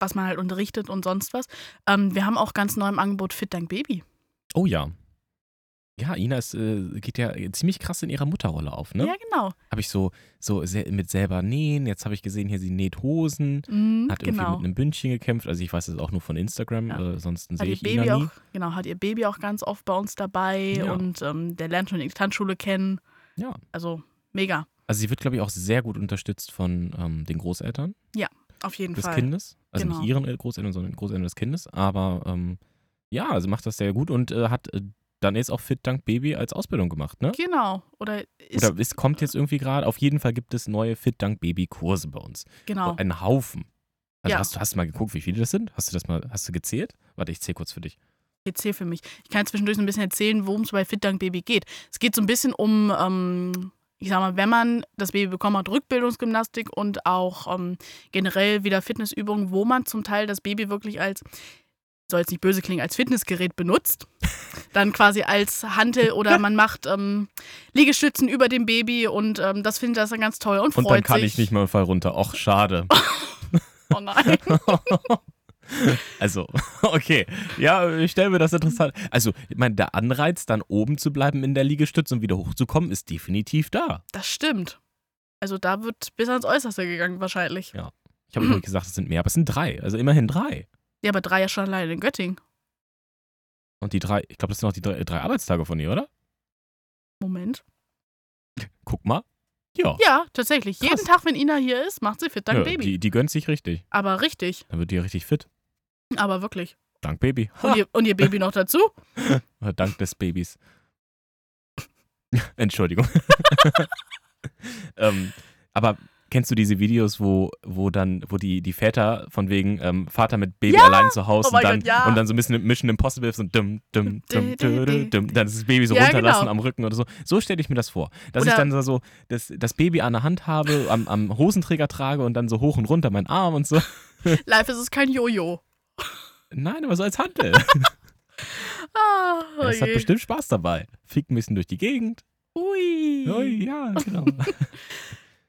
[SPEAKER 1] was man halt unterrichtet und sonst was. Ähm, wir haben auch ganz neu im Angebot Fit Dank Baby.
[SPEAKER 2] Oh ja. Ja, Ina ist, äh, geht ja ziemlich krass in ihrer Mutterrolle auf, ne?
[SPEAKER 1] Ja, genau.
[SPEAKER 2] Habe ich so, so se- mit selber nähen. Jetzt habe ich gesehen, hier sie näht Hosen.
[SPEAKER 1] Mhm,
[SPEAKER 2] Hat irgendwie
[SPEAKER 1] genau.
[SPEAKER 2] mit einem Bündchen gekämpft. Also ich weiß das auch nur von Instagram,
[SPEAKER 1] Ja.
[SPEAKER 2] äh, sonst
[SPEAKER 1] Hat
[SPEAKER 2] sehe
[SPEAKER 1] ihr,
[SPEAKER 2] ich Ina
[SPEAKER 1] Baby
[SPEAKER 2] nie.
[SPEAKER 1] auch, genau, hat ihr Baby auch ganz oft bei uns dabei
[SPEAKER 2] Ja.
[SPEAKER 1] und ähm, der lernt schon die Tanzschule kennen.
[SPEAKER 2] Ja.
[SPEAKER 1] Also mega,
[SPEAKER 2] Also sie wird, glaube ich, auch sehr gut unterstützt von ähm, den Großeltern
[SPEAKER 1] auf jeden
[SPEAKER 2] des
[SPEAKER 1] Fall.
[SPEAKER 2] Kindes. Also
[SPEAKER 1] Genau.
[SPEAKER 2] nicht ihren El- Großeltern, sondern den Großeltern des Kindes. Aber ähm, ja, sie macht das sehr gut und äh, hat äh, dann jetzt auch Fit Dank Baby als Ausbildung gemacht, ne?
[SPEAKER 1] Genau. Oder ist,
[SPEAKER 2] Oder es kommt jetzt irgendwie gerade, auf jeden Fall gibt es neue Fit Dank Baby Kurse bei uns.
[SPEAKER 1] genau.
[SPEAKER 2] Ein Haufen. Also
[SPEAKER 1] Ja.
[SPEAKER 2] hast, du- hast du mal geguckt, wie viele das sind? Hast du das mal, hast du gezählt? Warte, ich zähle kurz für dich.
[SPEAKER 1] PC für mich. Ich kann zwischendurch so ein bisschen erzählen, worum es bei Fit Dank Baby geht. Es geht so ein bisschen um, ähm, ich sag mal, wenn man das Baby bekommen hat, Rückbildungsgymnastik und auch ähm, generell wieder Fitnessübungen, wo man zum Teil das Baby wirklich als, soll jetzt nicht böse klingen, als Fitnessgerät benutzt. Dann quasi als Hantel oder man macht ähm, Liegestützen über dem Baby und ähm, das findet das dann ganz toll und freut
[SPEAKER 2] Und dann kann
[SPEAKER 1] sich.
[SPEAKER 2] ich nicht mal einen Fall runter. Och, schade.
[SPEAKER 1] Oh nein.
[SPEAKER 2] also, okay. Ja, ich stelle mir das interessant. Also, ich meine, der Anreiz, dann oben zu bleiben in der Liegestütze und wieder hochzukommen, ist definitiv da.
[SPEAKER 1] Das stimmt. Also da wird bis ans Äußerste gegangen wahrscheinlich.
[SPEAKER 2] Ich
[SPEAKER 1] Mhm.
[SPEAKER 2] habe übrigens gesagt, es sind mehr, aber es sind drei. Also immerhin drei.
[SPEAKER 1] Ja, aber drei ja schon alleine in Göttingen.
[SPEAKER 2] Und die drei, ich glaube, das sind auch die drei, drei Arbeitstage von ihr, oder?
[SPEAKER 1] Moment.
[SPEAKER 2] Guck mal. Ja.
[SPEAKER 1] Ja, tatsächlich.
[SPEAKER 2] Krass.
[SPEAKER 1] Jeden Tag, wenn Ina hier ist, macht sie fit dank
[SPEAKER 2] ja
[SPEAKER 1] Baby.
[SPEAKER 2] Die, die gönnt sich richtig.
[SPEAKER 1] Aber richtig.
[SPEAKER 2] Dann wird die ja richtig fit.
[SPEAKER 1] Aber wirklich.
[SPEAKER 2] Dank Baby.
[SPEAKER 1] Und ihr, und ihr Baby noch dazu?
[SPEAKER 2] Oder Dank des Babys. Entschuldigung. ähm, aber kennst du diese Videos, wo, wo dann, wo die, die Väter von wegen ähm, Vater mit Baby
[SPEAKER 1] Ja!
[SPEAKER 2] allein zu Hause
[SPEAKER 1] Oh mein
[SPEAKER 2] und, dann,
[SPEAKER 1] Gott, ja.
[SPEAKER 2] und dann so ein bisschen Mission Impossible ist und dum, dum,
[SPEAKER 1] Dü, dü,
[SPEAKER 2] dum, dü,
[SPEAKER 1] dü,
[SPEAKER 2] dum, dann ist das Baby so
[SPEAKER 1] Ja,
[SPEAKER 2] runterlassen
[SPEAKER 1] genau.
[SPEAKER 2] am Rücken oder so. So stelle ich mir das vor. Dass ich
[SPEAKER 1] Oder-
[SPEAKER 2] dann so- so das, das Baby an der Hand habe, am, am Hosenträger trage und dann so hoch und runter meinen Arm und so.
[SPEAKER 1] Live ist es kein Jojo.
[SPEAKER 2] Nein, aber so als Handel.
[SPEAKER 1] Ah,
[SPEAKER 2] Das hat
[SPEAKER 1] oje.
[SPEAKER 2] bestimmt Spaß dabei. Fliegt ein bisschen durch die Gegend.
[SPEAKER 1] Ui.
[SPEAKER 2] Oh, ja, genau.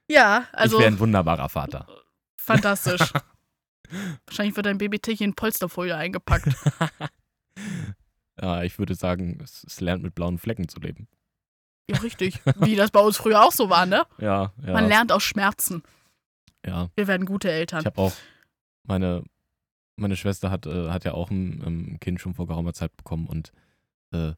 [SPEAKER 1] Ja, also
[SPEAKER 2] ich wäre ein wunderbarer Vater.
[SPEAKER 1] fantastisch. Wahrscheinlich wird dein Baby Tiki in Polsterfolie eingepackt.
[SPEAKER 2] Ja, ich würde sagen, es, es lernt mit blauen Flecken zu leben.
[SPEAKER 1] Ja, richtig. Wie das bei uns früher auch so war, ne?
[SPEAKER 2] Ja, ja.
[SPEAKER 1] Man lernt aus Schmerzen.
[SPEAKER 2] ja.
[SPEAKER 1] Wir werden gute
[SPEAKER 2] Ich
[SPEAKER 1] Eltern.
[SPEAKER 2] habe auch meine, meine Schwester hat, äh, hat ja auch ein, ähm, Kind schon vor geraumer Zeit bekommen und äh,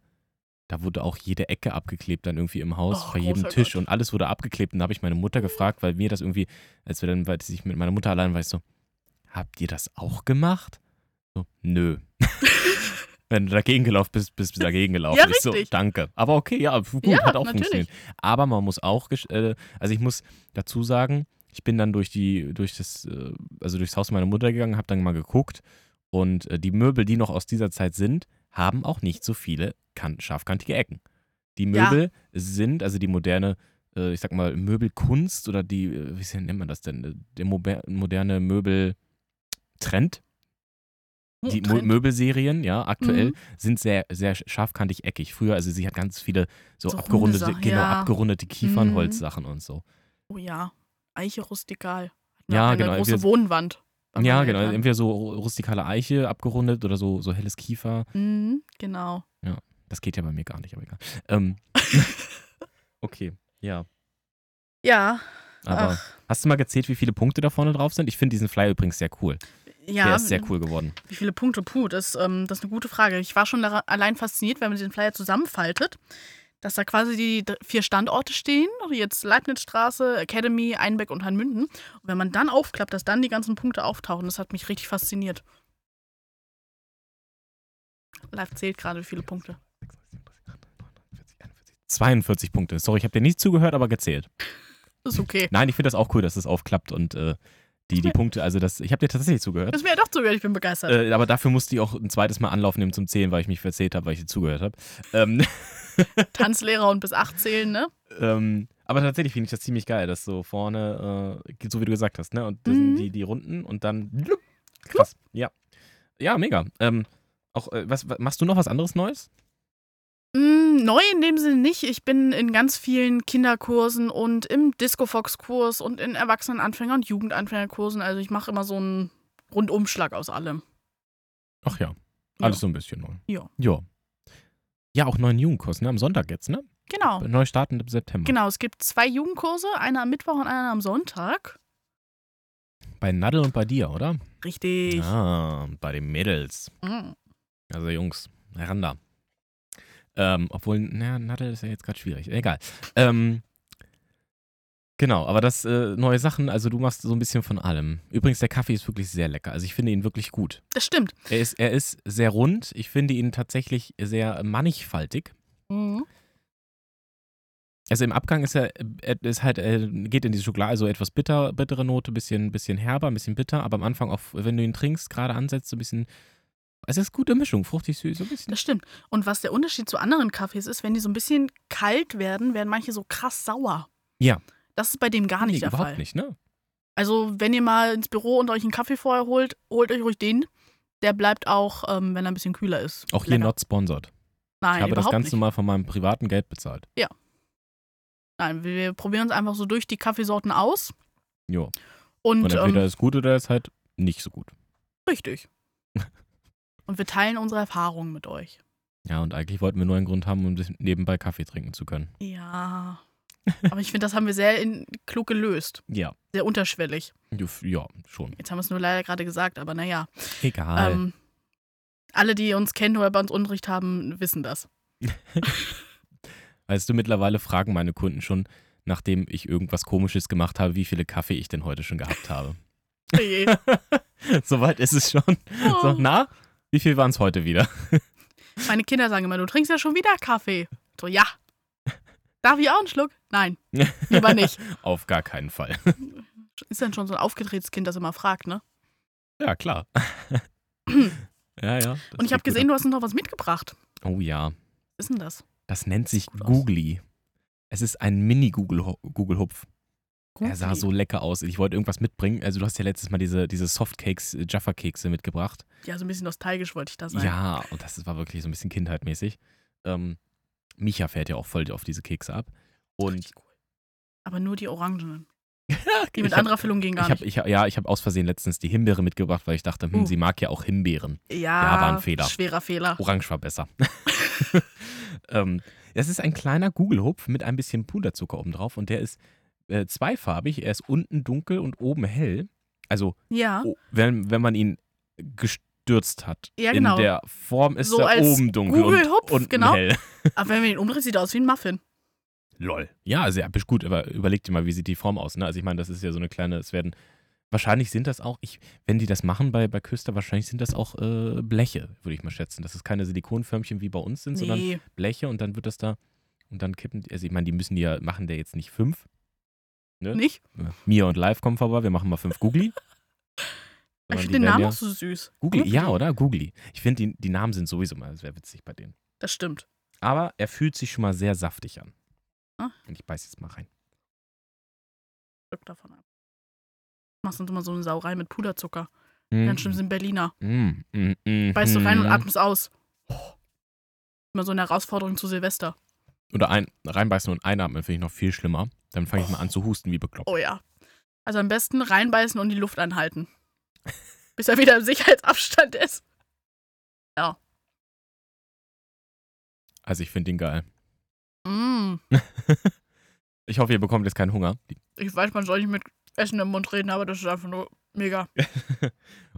[SPEAKER 2] da wurde auch jede Ecke abgeklebt dann irgendwie im Haus,
[SPEAKER 1] Oh,
[SPEAKER 2] bei jedem
[SPEAKER 1] großer
[SPEAKER 2] Tisch
[SPEAKER 1] Gott.
[SPEAKER 2] und alles wurde abgeklebt. Und da habe ich meine Mutter gefragt, weil mir das irgendwie, als wir dann, weil ich mit meiner Mutter allein war, ich so, habt ihr das auch gemacht? So, nö. Wenn du dagegen gelaufen bist, bist du dagegen gelaufen.
[SPEAKER 1] Ja,
[SPEAKER 2] Ich so,
[SPEAKER 1] richtig.
[SPEAKER 2] danke. Aber okay, ja, gut,
[SPEAKER 1] Ja,
[SPEAKER 2] hat auch
[SPEAKER 1] natürlich.
[SPEAKER 2] funktioniert. Aber man muss auch, gesch- äh, also ich muss dazu sagen, ich bin dann durch die, durch das, äh, also durchs Haus meiner Mutter gegangen, habe dann mal geguckt und äh, die Möbel, die noch aus dieser Zeit sind, haben auch nicht so viele kan scharfkantige Ecken. Die
[SPEAKER 1] Ja.
[SPEAKER 2] Möbel sind, also die moderne, äh, ich sag mal, Möbelkunst oder die, äh, wie nennt man das denn, der mober- moderne Möbeltrend,
[SPEAKER 1] Oh,
[SPEAKER 2] die Mö
[SPEAKER 1] Trend.
[SPEAKER 2] Möbelserien, ja, aktuell,
[SPEAKER 1] Mhm.
[SPEAKER 2] sind sehr, sehr scharfkantig eckig. Früher, also sie hat ganz viele so,
[SPEAKER 1] So runde
[SPEAKER 2] abgerundete,
[SPEAKER 1] Sachen,
[SPEAKER 2] genau,
[SPEAKER 1] ja.
[SPEAKER 2] abgerundete Kiefernholzsachen und so.
[SPEAKER 1] oh ja, Eiche rustikal.
[SPEAKER 2] Ja,
[SPEAKER 1] eine
[SPEAKER 2] genau,
[SPEAKER 1] Eine große
[SPEAKER 2] wir-
[SPEAKER 1] Wohnwand. bei
[SPEAKER 2] Ja,
[SPEAKER 1] meinen
[SPEAKER 2] genau.
[SPEAKER 1] Eltern.
[SPEAKER 2] Entweder so ru- rustikale Eiche abgerundet oder so, so helles Kiefer.
[SPEAKER 1] Mhm, genau.
[SPEAKER 2] Das geht ja bei mir gar nicht, aber egal. Ähm, okay, ja.
[SPEAKER 1] Ja,
[SPEAKER 2] Aber
[SPEAKER 1] ach,
[SPEAKER 2] hast du mal gezählt, wie viele Punkte da vorne drauf sind? Ich finde diesen Flyer übrigens sehr cool.
[SPEAKER 1] ja.
[SPEAKER 2] Der ist sehr cool geworden.
[SPEAKER 1] Wie viele Punkte? Puh, das, ähm, das ist eine gute Frage. Ich war schon daran, allein fasziniert, wenn man den Flyer zusammenfaltet, dass da quasi die dr- vier Standorte stehen. Jetzt Leibnizstraße, Academy, Einbeck und Hanmünden. Und wenn man dann aufklappt, dass dann die ganzen Punkte auftauchen, das hat mich richtig fasziniert. Live zählt gerade, wie viele Punkte.
[SPEAKER 2] 42 Punkte. Sorry, ich habe dir nicht zugehört, aber gezählt.
[SPEAKER 1] Ist okay.
[SPEAKER 2] Nein, ich finde das auch cool, dass es aufklappt und äh, die, die Punkte, also das, ich habe dir tatsächlich zugehört.
[SPEAKER 1] Ist mir ja doch zugehört, ich bin begeistert.
[SPEAKER 2] Äh, aber dafür musste ich auch ein zweites Mal Anlauf nehmen zum Zählen, weil ich mich verzählt habe, weil ich dir zugehört habe. Ähm,
[SPEAKER 1] Tanzlehrer und bis acht zählen, ne?
[SPEAKER 2] Ähm, aber tatsächlich finde ich das ziemlich geil, dass so vorne, äh, so wie du gesagt hast, ne? Und das
[SPEAKER 1] Mhm.
[SPEAKER 2] sind die, die Runden und dann. Krass. Ja. Ja, mega. Ähm, auch, äh, was, was, machst du noch was anderes Neues?
[SPEAKER 1] Mm, Neu in dem Sinne nicht. Ich bin in ganz vielen Kinderkursen und im Discofox-Kurs und in Erwachsenenanfänger- und Jugendanfängerkursen. Also ich mache immer so einen Rundumschlag aus allem.
[SPEAKER 2] Ach ja.
[SPEAKER 1] Alles
[SPEAKER 2] Alles so ein bisschen neu.
[SPEAKER 1] Ja.
[SPEAKER 2] Ja. Ja, auch neuen Jugendkurs, ne? Am Sonntag jetzt, ne?
[SPEAKER 1] Genau.
[SPEAKER 2] Neu starten im September.
[SPEAKER 1] Genau, es gibt zwei Jugendkurse, einer am Mittwoch und einer am Sonntag.
[SPEAKER 2] Bei Nadel und bei dir, oder?
[SPEAKER 1] Richtig.
[SPEAKER 2] Ah, bei den Mädels.
[SPEAKER 1] Mm.
[SPEAKER 2] Also Jungs, heran da. Ähm, obwohl, naja, Nadel ist ja jetzt gerade schwierig. Egal. Ähm, genau, aber das äh, neue Sachen, also du machst so ein bisschen von allem. Übrigens, der Kaffee ist wirklich sehr lecker. Also ich finde ihn wirklich gut.
[SPEAKER 1] Das stimmt.
[SPEAKER 2] Er ist, er ist sehr rund. Ich finde ihn tatsächlich sehr mannigfaltig. Mhm. Also im Abgang ist er, äh, ist halt, äh, geht in die Schokolade, also etwas bitter, bittere Note, bisschen, bisschen herber, ein bisschen bitter, aber am Anfang auch, wenn du ihn trinkst, gerade ansetzt, so ein bisschen. Es ist gute Mischung, fruchtig süß, so ein bisschen.
[SPEAKER 1] Das stimmt. Und was der Unterschied zu anderen Kaffees ist, wenn die so ein bisschen kalt werden, werden manche so krass sauer.
[SPEAKER 2] Ja.
[SPEAKER 1] Das ist bei dem gar nicht
[SPEAKER 2] nee,
[SPEAKER 1] der
[SPEAKER 2] überhaupt
[SPEAKER 1] Fall.
[SPEAKER 2] nicht, ne?
[SPEAKER 1] Also, wenn ihr mal ins Büro und euch einen Kaffee vorher holt, holt euch ruhig den. Der bleibt auch, ähm, wenn er ein bisschen kühler ist.
[SPEAKER 2] Auch hier
[SPEAKER 1] lecker.
[SPEAKER 2] not sponsored.
[SPEAKER 1] Nein,
[SPEAKER 2] Ich habe das
[SPEAKER 1] überhaupt
[SPEAKER 2] Ganze
[SPEAKER 1] nicht.
[SPEAKER 2] mal von meinem privaten Geld bezahlt.
[SPEAKER 1] Nein, wir, wir probieren uns einfach so durch die Kaffeesorten aus.
[SPEAKER 2] Jo.
[SPEAKER 1] Und,
[SPEAKER 2] Und, entweder
[SPEAKER 1] ähm,
[SPEAKER 2] ist gut oder ist halt nicht so gut.
[SPEAKER 1] richtig. und wir teilen unsere Erfahrungen mit euch.
[SPEAKER 2] Ja, und eigentlich wollten wir nur einen Grund haben, um sich nebenbei Kaffee trinken zu können.
[SPEAKER 1] Ja. Aber ich finde, das haben wir sehr in, klug gelöst.
[SPEAKER 2] Ja.
[SPEAKER 1] Sehr unterschwellig.
[SPEAKER 2] Juf- Ja, schon.
[SPEAKER 1] Jetzt haben wir es nur leider gerade gesagt, aber naja.
[SPEAKER 2] Egal.
[SPEAKER 1] Ähm, alle, die uns kennen oder bei uns Unterricht haben, wissen das.
[SPEAKER 2] Weißt du, mittlerweile fragen meine Kunden schon, nachdem ich irgendwas Komisches gemacht habe, wie viele Kaffee ich denn heute schon gehabt habe. Soweit ist es schon.
[SPEAKER 1] Oh.
[SPEAKER 2] So, na, wie viel waren es heute wieder?
[SPEAKER 1] Meine Kinder sagen immer, du trinkst ja schon wieder Kaffee. So, ja. Darf ich auch einen Schluck? Nein. Lieber nicht.
[SPEAKER 2] Auf gar keinen Fall.
[SPEAKER 1] Ist dann schon so ein aufgedrehtes Kind, das immer fragt, ne?
[SPEAKER 2] Ja, klar. ja, ja.
[SPEAKER 1] Und ich
[SPEAKER 2] das ist
[SPEAKER 1] habe
[SPEAKER 2] ein guter-
[SPEAKER 1] gesehen, du hast uns noch was mitgebracht.
[SPEAKER 2] Oh ja.
[SPEAKER 1] Was ist denn das?
[SPEAKER 2] Das nennt sich
[SPEAKER 1] gut aus.
[SPEAKER 2] Googly. Es ist ein Mini-Google-Hupf. Er sah
[SPEAKER 1] Googly.
[SPEAKER 2] so lecker aus. Ich wollte irgendwas mitbringen. Also, du hast ja letztes Mal diese, diese Softcakes, äh, Jaffa-Kekse mitgebracht.
[SPEAKER 1] Ja, so ein bisschen nostalgisch wollte ich da sein.
[SPEAKER 2] Ja, und das war wirklich so ein bisschen kindheitmäßig. Ähm, Micha fährt ja auch voll auf diese Kekse ab. Und
[SPEAKER 1] Aber nur die Orangenen. Die
[SPEAKER 2] Ah, ich
[SPEAKER 1] mit
[SPEAKER 2] hab-
[SPEAKER 1] anderer Füllung gehen gar
[SPEAKER 2] ich hab,
[SPEAKER 1] nicht.
[SPEAKER 2] ich, hab- ja, ich habe aus Versehen letztens die Himbeere mitgebracht, weil ich dachte, hm,
[SPEAKER 1] Uh.
[SPEAKER 2] sie mag ja auch Himbeeren.
[SPEAKER 1] Ja,
[SPEAKER 2] Ja, war ein Fehler. Oh.
[SPEAKER 1] Schwerer Fehler.
[SPEAKER 2] Orange war besser. ähm, das ist ein kleiner Google-Hupf mit ein bisschen Puderzucker obendrauf und der ist äh, zweifarbig. Er ist unten dunkel und oben hell. Also,
[SPEAKER 1] Ja,
[SPEAKER 2] o- wenn, wenn man ihn gestürzt hat.
[SPEAKER 1] Ja, genau.
[SPEAKER 2] In der Form ist
[SPEAKER 1] So
[SPEAKER 2] er
[SPEAKER 1] als
[SPEAKER 2] oben dunkel und
[SPEAKER 1] Google-Hupf,
[SPEAKER 2] unten
[SPEAKER 1] genau.
[SPEAKER 2] hell.
[SPEAKER 1] aber wenn man ihn umdreht, sieht er aus wie ein Muffin.
[SPEAKER 2] Lol. Ja, also ja, bist gut, aber überleg dir mal, wie sieht die Form aus, ne? Also ich meine, das ist ja so eine kleine, es werden Wahrscheinlich sind das auch, ich, wenn die das machen bei, bei Küster, wahrscheinlich sind das auch äh, Bleche, würde ich mal schätzen. Dass es keine Silikonförmchen wie bei uns sind, sondern
[SPEAKER 1] Nee,
[SPEAKER 2] Bleche und dann wird das da und dann kippen die, also ich meine, die müssen die ja, machen der jetzt nicht fünf.
[SPEAKER 1] nicht?
[SPEAKER 2] Äh, Mia und Live kommen vorbei, wir machen mal fünf Googly.
[SPEAKER 1] Ich
[SPEAKER 2] Sondern die
[SPEAKER 1] finde den
[SPEAKER 2] werden
[SPEAKER 1] Namen
[SPEAKER 2] ja,
[SPEAKER 1] auch so süß.
[SPEAKER 2] Googly, ja,
[SPEAKER 1] Glücklich.
[SPEAKER 2] oder? Googly. Ich finde, die, die Namen sind sowieso mal sehr witzig bei denen.
[SPEAKER 1] Das stimmt.
[SPEAKER 2] Aber er fühlt sich schon mal sehr saftig an.
[SPEAKER 1] Ah.
[SPEAKER 2] Und ich beiß jetzt mal rein.
[SPEAKER 1] Stück davon ab. Machst uns immer so eine Sauerei mit Puderzucker.
[SPEAKER 2] Mm,
[SPEAKER 1] Ganz schlimm sind Berliner.
[SPEAKER 2] mm, mm, mm,
[SPEAKER 1] Beißt du rein und
[SPEAKER 2] mm.
[SPEAKER 1] atmest aus. Oh. Immer so eine Herausforderung zu Silvester.
[SPEAKER 2] Oder ein, reinbeißen und einatmen finde ich noch viel schlimmer. Dann fange ich mal an zu husten wie bekloppt.
[SPEAKER 1] Oh ja. Also am besten reinbeißen und die Luft anhalten. Bis er wieder im Sicherheitsabstand ist.
[SPEAKER 2] Also ich finde ihn geil.
[SPEAKER 1] Mm.
[SPEAKER 2] Ich hoffe, ihr bekommt jetzt keinen Hunger.
[SPEAKER 1] Ich weiß, man soll nicht mit Essen im Mund reden, aber das ist einfach nur mega.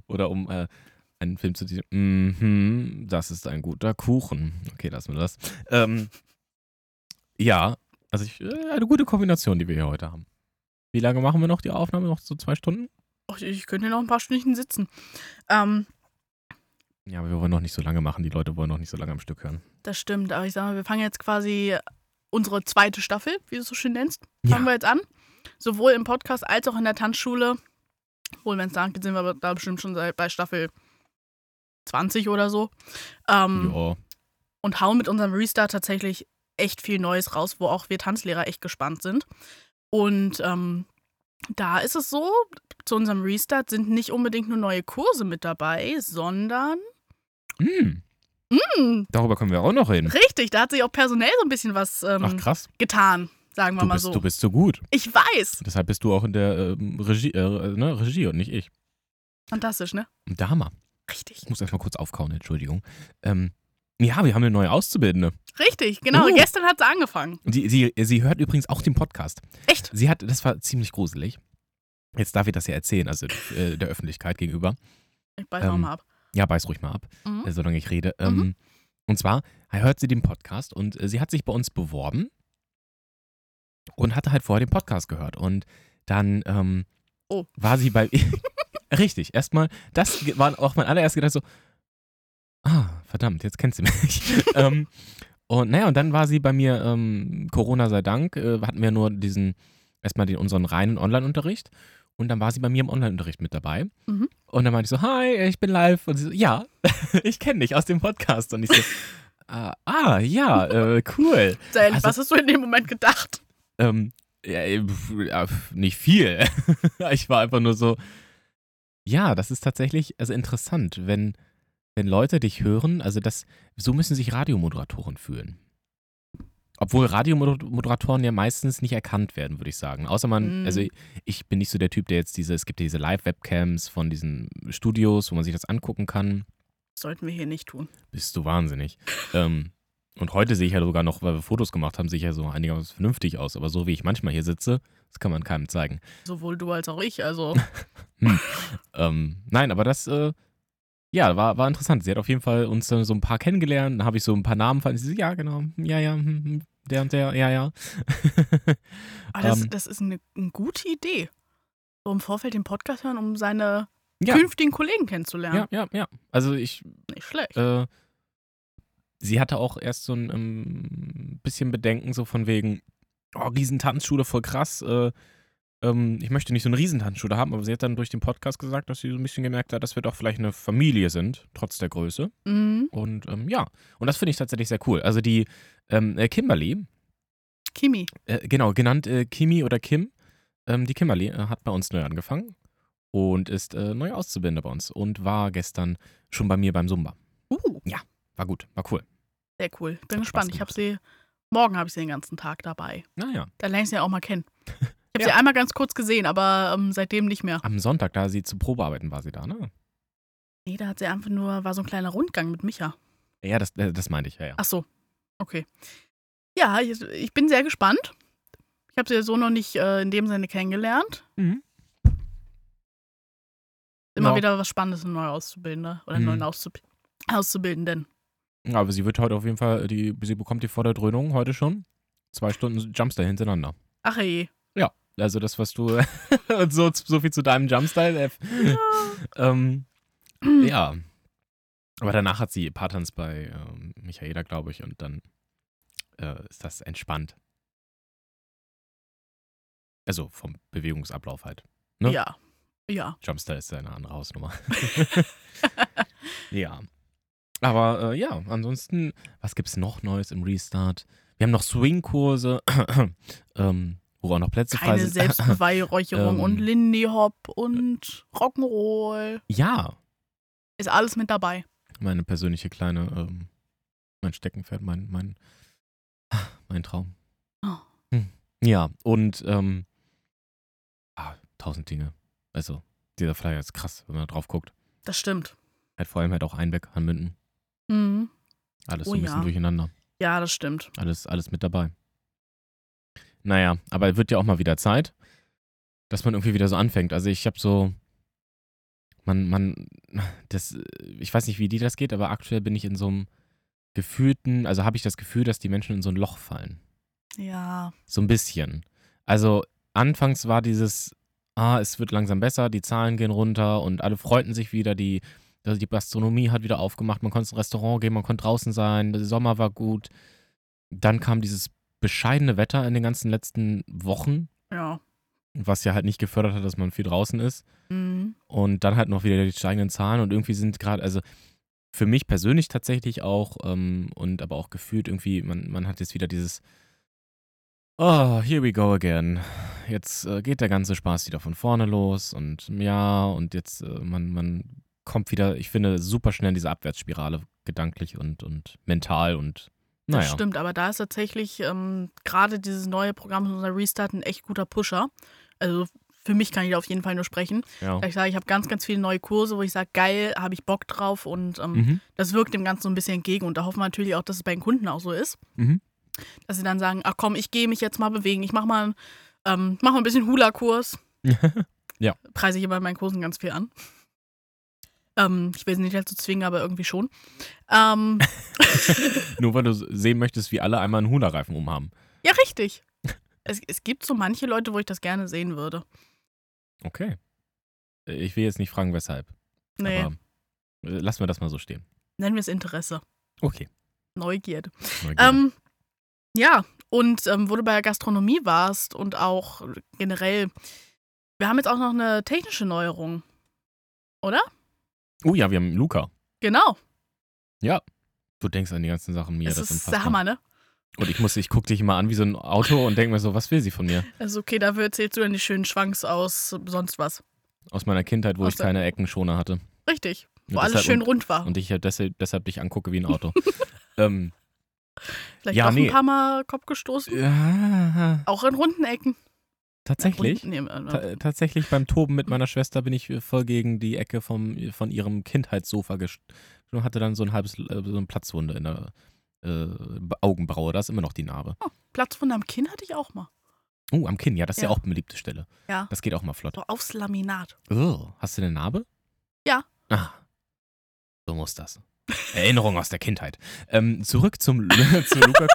[SPEAKER 2] Oder um äh, einen Film zu diesem. Mhm, das ist ein guter Kuchen. Okay, lassen wir das. Ähm, ja, also ich, äh, eine gute Kombination, die wir hier heute haben. Wie lange machen wir noch die Aufnahme? Noch so zwei Stunden?
[SPEAKER 1] Och, Ich könnte hier noch ein paar Stündchen sitzen. Ähm,
[SPEAKER 2] Ja, aber wir wollen noch nicht so lange machen. Die Leute wollen noch nicht so lange am Stück hören.
[SPEAKER 1] das stimmt, aber ich sag mal, wir fangen jetzt quasi unsere zweite Staffel, wie du es so schön nennst, fangen
[SPEAKER 2] Ja,
[SPEAKER 1] wir jetzt an. Sowohl im Podcast als auch in der Tanzschule. Obwohl, wenn es da geht, sind wir aber da bestimmt schon seit- bei Staffel 20 oder so. Ähm,
[SPEAKER 2] ja.
[SPEAKER 1] und hauen mit unserem Restart tatsächlich echt viel Neues raus, wo auch wir Tanzlehrer echt gespannt sind. Und ähm, da ist es so, zu unserem Restart sind nicht unbedingt nur neue Kurse mit dabei, sondern
[SPEAKER 2] Mm,
[SPEAKER 1] Hm,
[SPEAKER 2] darüber können wir auch noch reden.
[SPEAKER 1] richtig, da hat sich auch personell so ein bisschen was
[SPEAKER 2] Hm. Ach
[SPEAKER 1] ähm,
[SPEAKER 2] krass,
[SPEAKER 1] getan, sagen wir
[SPEAKER 2] du
[SPEAKER 1] mal
[SPEAKER 2] bist,
[SPEAKER 1] so.
[SPEAKER 2] du bist so gut.
[SPEAKER 1] Ich weiß.
[SPEAKER 2] Deshalb bist du auch in der ähm, Regie, äh, ne, Regie und nicht ich.
[SPEAKER 1] Fantastisch, ne?
[SPEAKER 2] Und da Hammer.
[SPEAKER 1] Richtig.
[SPEAKER 2] Ich muss erstmal kurz aufkauen, Entschuldigung. Ähm, ja, wir haben eine neue Auszubildende.
[SPEAKER 1] Richtig, genau.
[SPEAKER 2] Uh.
[SPEAKER 1] Gestern hat sie angefangen.
[SPEAKER 2] Und Sie, sie, sie hört übrigens auch den Podcast.
[SPEAKER 1] Echt?
[SPEAKER 2] Sie hat, das war ziemlich gruselig. Jetzt darf ich das ja erzählen, also äh, der Öffentlichkeit gegenüber.
[SPEAKER 1] Ich beiß auch
[SPEAKER 2] Ähm,
[SPEAKER 1] mal ab.
[SPEAKER 2] Ja, beiß ruhig mal ab,
[SPEAKER 1] Mhm.
[SPEAKER 2] äh, solange ich rede. Ähm,
[SPEAKER 1] Mhm.
[SPEAKER 2] Und zwar hört sie den Podcast und äh, sie hat sich bei uns beworben und hatte halt vorher den Podcast gehört. Und dann ähm,
[SPEAKER 1] Oh.
[SPEAKER 2] war sie bei. Richtig, erstmal, das ge- war auch mein allererster Gedanke so: Ah, verdammt, jetzt kennt sie mich. ähm, und naja, und dann war sie bei mir, ähm, Corona sei Dank, äh, hatten wir nur diesen, erstmal den, unseren reinen Online-Unterricht. Und dann war sie bei mir im Online-Unterricht mit dabei.
[SPEAKER 1] Mhm.
[SPEAKER 2] Und dann meinte ich so, hi, ich bin live. Und sie so, ja, ich kenne dich aus dem Podcast. Und ich so, ah, ah ja, äh, cool.
[SPEAKER 1] Sei ehrlich,
[SPEAKER 2] also-
[SPEAKER 1] was hast du in dem Moment gedacht?
[SPEAKER 2] Ähm, ja, äh, pf, ja, pf, nicht viel. ich war einfach nur so, ja, das ist tatsächlich also interessant, wenn, wenn Leute dich hören, also das, so müssen sich Radiomoderatoren fühlen. Obwohl Radiomoderatoren ja meistens nicht erkannt werden, würde ich sagen. Außer man,
[SPEAKER 1] Mm.
[SPEAKER 2] also ich bin nicht so der Typ, der jetzt diese, es gibt ja diese Live-Webcams von diesen Studios, wo man sich das angucken kann.
[SPEAKER 1] Das sollten wir hier nicht tun.
[SPEAKER 2] Bist du wahnsinnig. ähm, und heute sehe ich ja sogar noch, weil wir Fotos gemacht haben, sehe ich ja so einigermaßen vernünftig aus. Aber so wie ich manchmal hier sitze, das kann man keinem zeigen.
[SPEAKER 1] Sowohl du als auch ich. Also,
[SPEAKER 2] Ähm, nein, aber das, äh, ja, war, war interessant. Sie hat auf jeden Fall uns dann so ein paar kennengelernt. Dann habe ich so ein paar Namen verstanden. Sie so, ja, genau, ja, ja, hm, hm, der und der, ja, ja.
[SPEAKER 1] aber Ah, das,
[SPEAKER 2] Ähm.
[SPEAKER 1] das ist eine, eine gute Idee. So im Vorfeld den Podcast hören, um seine
[SPEAKER 2] ja,
[SPEAKER 1] künftigen Kollegen kennenzulernen.
[SPEAKER 2] ja, ja, ja. Also ich
[SPEAKER 1] Nicht schlecht.
[SPEAKER 2] äh, sie hatte auch erst so ein ähm, bisschen Bedenken, so von wegen, oh, Riesentanzschule, voll krass. Äh, ähm, ich möchte nicht so eine Riesentanzschule haben, aber sie hat dann durch den Podcast gesagt, dass sie so ein bisschen gemerkt hat, dass wir doch vielleicht eine Familie sind, trotz der Größe.
[SPEAKER 1] Mhm.
[SPEAKER 2] Und ähm, ja, und das finde ich tatsächlich sehr cool. Also die ähm, äh, Kimberly,
[SPEAKER 1] Kimi.
[SPEAKER 2] äh, genau, genannt äh, Kimi oder Kim, ähm, die Kimberly äh, hat bei uns neu angefangen und ist äh, neu Auszubildende bei uns und war gestern schon bei mir beim Zumba.
[SPEAKER 1] Uh,
[SPEAKER 2] War gut, war cool.
[SPEAKER 1] sehr cool. Ich bin
[SPEAKER 2] Hat Spaß
[SPEAKER 1] gespannt. Ich habe
[SPEAKER 2] gemacht.
[SPEAKER 1] sie, morgen habe ich sie den ganzen Tag dabei.
[SPEAKER 2] Naja.
[SPEAKER 1] Da lerne ich sie ja auch mal kennen. Ich habe
[SPEAKER 2] Ja.
[SPEAKER 1] sie einmal ganz kurz gesehen, aber ähm, seitdem nicht mehr.
[SPEAKER 2] Am Sonntag, da sie zu Probearbeiten war sie da, ne?
[SPEAKER 1] Nee, da hat sie einfach nur, war so ein kleiner Rundgang mit Micha.
[SPEAKER 2] Ja, das, äh, das meinte ich, ja, ja.
[SPEAKER 1] Ach so. Okay. Ja, ich, ich bin sehr gespannt. Ich habe sie so noch nicht äh, in dem Sinne kennengelernt.
[SPEAKER 2] Mhm.
[SPEAKER 1] Immer
[SPEAKER 2] Ja.
[SPEAKER 1] wieder was Spannendes, einen neuen Auszubildender ne? oder
[SPEAKER 2] Mhm.
[SPEAKER 1] einen neuen Auszub Auszubildenden.
[SPEAKER 2] Aber sie wird heute auf jeden Fall, äh, die, sie bekommt die Vorderdröhnung heute schon. Zwei Stunden Jumps da hintereinander.
[SPEAKER 1] Ach ey.
[SPEAKER 2] Ja. Also das, was du. und so, so viel zu deinem Jumpstyle. F. ähm, ja. Aber danach hat sie Patterns bei ähm, Michaela, glaube ich, und dann äh, ist das entspannt. Also vom Bewegungsablauf halt. Ne?
[SPEAKER 1] Ja. Ja.
[SPEAKER 2] Jumpstyle ist eine andere Hausnummer. ja. Aber äh, ja, ansonsten, was gibt's noch Neues im Restart? Wir haben noch Swing-Kurse, ähm, wo auch noch Plätze frei
[SPEAKER 1] Keine
[SPEAKER 2] sind.
[SPEAKER 1] Selbstbeweihräucherung
[SPEAKER 2] Ähm.
[SPEAKER 1] und Lindy Hop und Rock'n'Roll.
[SPEAKER 2] ja,
[SPEAKER 1] Ist alles mit dabei.
[SPEAKER 2] meine persönliche kleine, ähm, mein Steckenpferd, mein, mein, mein Traum.
[SPEAKER 1] Oh.
[SPEAKER 2] Hm. Ja, und ähm, ah, tausend Dinge. Also, dieser Flyer ist krass, wenn man da drauf guckt.
[SPEAKER 1] Das stimmt.
[SPEAKER 2] Halt vor allem halt auch Einbeck, Hanmünden.
[SPEAKER 1] Mhm.
[SPEAKER 2] Alles
[SPEAKER 1] Oh
[SPEAKER 2] so ein bisschen
[SPEAKER 1] ja.
[SPEAKER 2] durcheinander.
[SPEAKER 1] Ja, das stimmt.
[SPEAKER 2] Alles, alles mit dabei. Naja, aber wird ja auch mal wieder Zeit, dass man irgendwie wieder so anfängt. Also ich habe so, man, man, das, ich weiß nicht, wie dir das geht, aber aktuell bin ich in so einem gefühlten, also habe ich das Gefühl, dass die Menschen in so ein Loch fallen.
[SPEAKER 1] Ja.
[SPEAKER 2] So ein bisschen. Also anfangs war dieses, ah, es wird langsam besser, die Zahlen gehen runter und alle freuten sich wieder, die, also die Gastronomie hat wieder aufgemacht, man konnte ins Restaurant gehen, man konnte draußen sein, der Sommer war gut. Dann kam dieses bescheidene Wetter in den ganzen letzten Wochen,
[SPEAKER 1] Ja.
[SPEAKER 2] was ja halt nicht gefördert hat, dass man viel draußen ist.
[SPEAKER 1] Mhm.
[SPEAKER 2] Und dann halt noch wieder die steigenden Zahlen und irgendwie sind gerade, also für mich persönlich tatsächlich auch ähm, und aber auch gefühlt irgendwie, man, man hat jetzt wieder dieses Oh, here we go again. Jetzt äh, geht der ganze Spaß wieder von vorne los und ja, und jetzt äh, man, man kommt wieder, ich finde, super schnell in diese Abwärtsspirale, gedanklich und, und mental und
[SPEAKER 1] Das
[SPEAKER 2] naja.
[SPEAKER 1] stimmt, aber da ist tatsächlich ähm, gerade dieses neue Programm von unser Restart ein echt guter Pusher. Also für mich kann ich da auf jeden Fall nur sprechen.
[SPEAKER 2] Ja.
[SPEAKER 1] Da Ich sage, ich habe ganz, ganz viele neue Kurse, wo ich sage, geil, habe ich Bock drauf und ähm,
[SPEAKER 2] Mhm.
[SPEAKER 1] das wirkt dem Ganzen so ein bisschen entgegen. Und da hoffen wir natürlich auch, dass es bei den Kunden auch so ist,
[SPEAKER 2] Mhm.
[SPEAKER 1] dass sie dann sagen, ach komm, ich gehe mich jetzt mal bewegen, ich mache mal, ähm, mach mal ein bisschen Hula-Kurs.
[SPEAKER 2] Ja.
[SPEAKER 1] Preise ich immer in meinen Kursen ganz viel an. Ähm, ich will sie nicht dazu zwingen, aber irgendwie schon. Ähm,
[SPEAKER 2] Nur weil du s- sehen möchtest, wie alle einmal einen Hula-Reifen umhaben.
[SPEAKER 1] ja, richtig. Es, es gibt so manche Leute, wo ich das gerne sehen würde.
[SPEAKER 2] Okay. Äh, Ich will jetzt nicht fragen, weshalb.
[SPEAKER 1] Nee,
[SPEAKER 2] Aber äh, lassen wir das mal so stehen.
[SPEAKER 1] nennen wir es Interesse,
[SPEAKER 2] Okay.
[SPEAKER 1] Neugierde.
[SPEAKER 2] Neugier.
[SPEAKER 1] Ähm, ja, und ähm, wo du bei der Gastronomie warst und auch generell, wir haben jetzt auch noch eine technische Neuerung.
[SPEAKER 2] oh ja, wir haben Luca.
[SPEAKER 1] Genau,
[SPEAKER 2] Du denkst an die ganzen Sachen mir.
[SPEAKER 1] es
[SPEAKER 2] das
[SPEAKER 1] ist der
[SPEAKER 2] unfassbar.
[SPEAKER 1] Hammer, ne?
[SPEAKER 2] Und ich muss, ich gucke dich immer an wie so ein Auto und denke mir so, was will sie von mir?
[SPEAKER 1] Also okay, dafür erzählst du dann die schönen Schwanks aus äh, sonst was.
[SPEAKER 2] Aus meiner Kindheit, wo
[SPEAKER 1] Aus
[SPEAKER 2] ich
[SPEAKER 1] der-
[SPEAKER 2] keine Eckenschoner hatte.
[SPEAKER 1] Richtig,
[SPEAKER 2] Und
[SPEAKER 1] wo alles
[SPEAKER 2] deshalb-
[SPEAKER 1] schön rund war.
[SPEAKER 2] Und, und ich halt deshalb, deshalb dich angucke wie ein Auto. ähm,
[SPEAKER 1] Vielleicht
[SPEAKER 2] ja,
[SPEAKER 1] auch
[SPEAKER 2] nee.
[SPEAKER 1] ein paar Mal Kopf gestoßen.
[SPEAKER 2] ja,
[SPEAKER 1] Auch in runden Ecken.
[SPEAKER 2] tatsächlich.
[SPEAKER 1] Runden, nee, äh,
[SPEAKER 2] Ta tatsächlich beim Toben mit meiner Schwester bin ich voll gegen die Ecke vom, von ihrem Kindheitssofa gest und hatte dann so ein halbes, äh, so eine Platzwunde in der äh, Augenbraue. Da ist immer noch die Narbe.
[SPEAKER 1] Platzwunde am Kinn hatte ich auch mal.
[SPEAKER 2] Oh, am Kinn, ja, das ist ja,
[SPEAKER 1] Ja.
[SPEAKER 2] auch eine beliebte Stelle.
[SPEAKER 1] Ja.
[SPEAKER 2] Das geht auch mal flott.
[SPEAKER 1] So aufs Laminat.
[SPEAKER 2] Ugh, hast du eine Narbe?
[SPEAKER 1] Ja.
[SPEAKER 2] Ah. So muss das. Erinnerung aus der Kindheit. Ähm, zurück zum, zu Luca,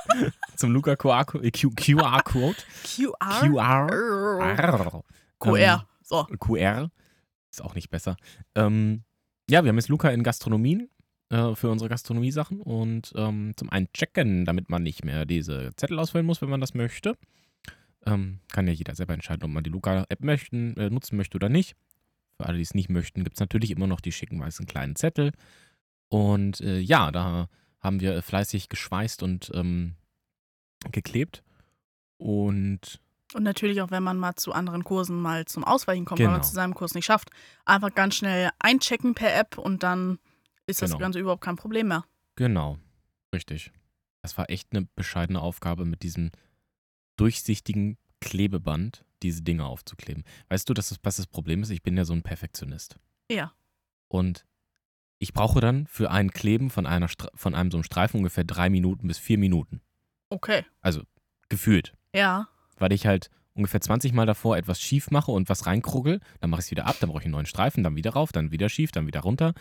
[SPEAKER 2] zum Luca QR-Code. QR-Code.
[SPEAKER 1] QR.
[SPEAKER 2] QR.
[SPEAKER 1] QR.
[SPEAKER 2] QR.
[SPEAKER 1] QR. So.
[SPEAKER 2] Ah, Ähm, QR. Ist auch nicht besser. Ähm, ja, wir haben jetzt Luca in Gastronomien äh, für unsere Gastronomiesachen und ähm, zum einen checken, damit man nicht mehr diese Zettel ausfüllen muss, wenn man das möchte. Ähm, kann ja jeder selber entscheiden, ob man die Luca-App möchten, äh, nutzen möchte oder nicht. Für alle, die es nicht möchten, gibt es natürlich immer noch die schicken weißen kleinen Zettel. Und äh, ja, da haben wir fleißig geschweißt und ähm, geklebt. Und
[SPEAKER 1] Und natürlich auch, wenn man mal zu anderen Kursen mal zum Ausweichen kommt, wenn man
[SPEAKER 2] Genau.
[SPEAKER 1] es zu seinem Kurs nicht schafft. Einfach ganz schnell einchecken per App und dann ist das
[SPEAKER 2] Genau.
[SPEAKER 1] Ganze überhaupt kein Problem mehr.
[SPEAKER 2] Genau, richtig. Das war echt eine bescheidene Aufgabe, mit diesem durchsichtigen Klebeband diese Dinge aufzukleben. Weißt du, dass das, was das Problem ist? Ich bin ja so ein Perfektionist.
[SPEAKER 1] Ja.
[SPEAKER 2] Und ich brauche dann für ein Kleben von, einer, Stra- von einem so einem Streifen ungefähr drei Minuten bis vier Minuten.
[SPEAKER 1] Okay.
[SPEAKER 2] Gefühlt.
[SPEAKER 1] Ja.
[SPEAKER 2] Weil ich halt ungefähr 20 Mal davor etwas schief mache und was reinkruggel, dann mache ich es wieder ab, dann brauche ich einen neuen Streifen, dann wieder rauf, dann wieder schief, dann wieder runter.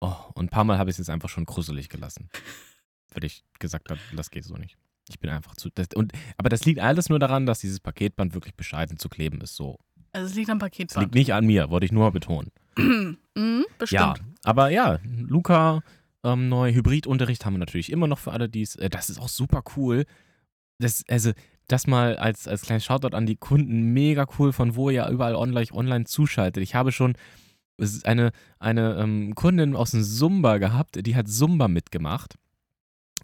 [SPEAKER 2] Oh, und ein paar Mal habe ich es jetzt einfach schon gruselig gelassen. Weil ich gesagt habe, das geht so nicht. Ich bin einfach zu. Das, und, aber das liegt alles nur daran, dass dieses Paketband wirklich bescheiden zu kleben ist. So.
[SPEAKER 1] Also es liegt am
[SPEAKER 2] Das liegt
[SPEAKER 1] Paketband.
[SPEAKER 2] nicht an mir, wollte ich nur betonen.
[SPEAKER 1] mhm, bestimmt.
[SPEAKER 2] Ja, aber ja, Luca, ähm, neu Hybridunterricht haben wir natürlich immer noch für alle, die es. Äh, das ist auch super cool. Das, also, das mal als, als kleines Shoutout an die Kunden, mega cool, von wo ihr überall online, online zuschaltet. Ich habe schon es ist eine, eine ähm, Kundin aus dem Sumba gehabt, die hat Sumba mitgemacht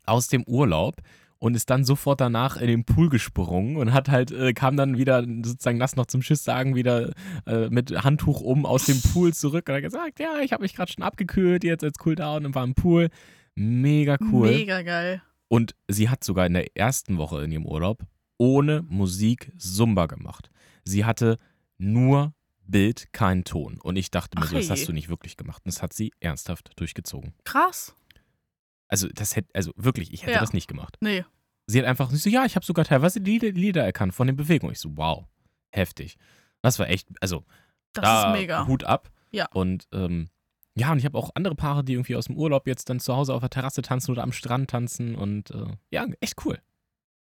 [SPEAKER 2] aus dem Urlaub. Und ist dann sofort danach in den Pool gesprungen und hat halt, äh, kam dann wieder sozusagen nass noch zum Schiss sagen, wieder äh, mit Handtuch um aus dem Pool zurück und hat gesagt, ja, ich habe mich gerade schon abgekühlt, jetzt als Cooldown und war im Pool. Mega cool.
[SPEAKER 1] Mega geil.
[SPEAKER 2] Und sie hat sogar in der ersten Woche in ihrem Urlaub ohne Musik Zumba gemacht. Sie hatte nur Bild, keinen Ton. Und ich dachte mir
[SPEAKER 1] Ach
[SPEAKER 2] so, das
[SPEAKER 1] je.
[SPEAKER 2] hast du nicht wirklich gemacht. Und das hat sie ernsthaft durchgezogen.
[SPEAKER 1] Krass.
[SPEAKER 2] Also, das hätte, also wirklich, ich hätte
[SPEAKER 1] Ja.
[SPEAKER 2] das nicht gemacht.
[SPEAKER 1] Nee.
[SPEAKER 2] Sie hat einfach, sie so, ja, ich habe sogar teilweise die Lieder- die Lieder erkannt von den Bewegungen. Ich so, wow, heftig. Das war echt, also
[SPEAKER 1] Das
[SPEAKER 2] da
[SPEAKER 1] ist mega.
[SPEAKER 2] Hut ab.
[SPEAKER 1] Ja.
[SPEAKER 2] Und ähm, ja, und ich habe auch andere Paare, die irgendwie aus dem Urlaub jetzt dann zu Hause auf der Terrasse tanzen oder am Strand tanzen und äh, ja, echt cool.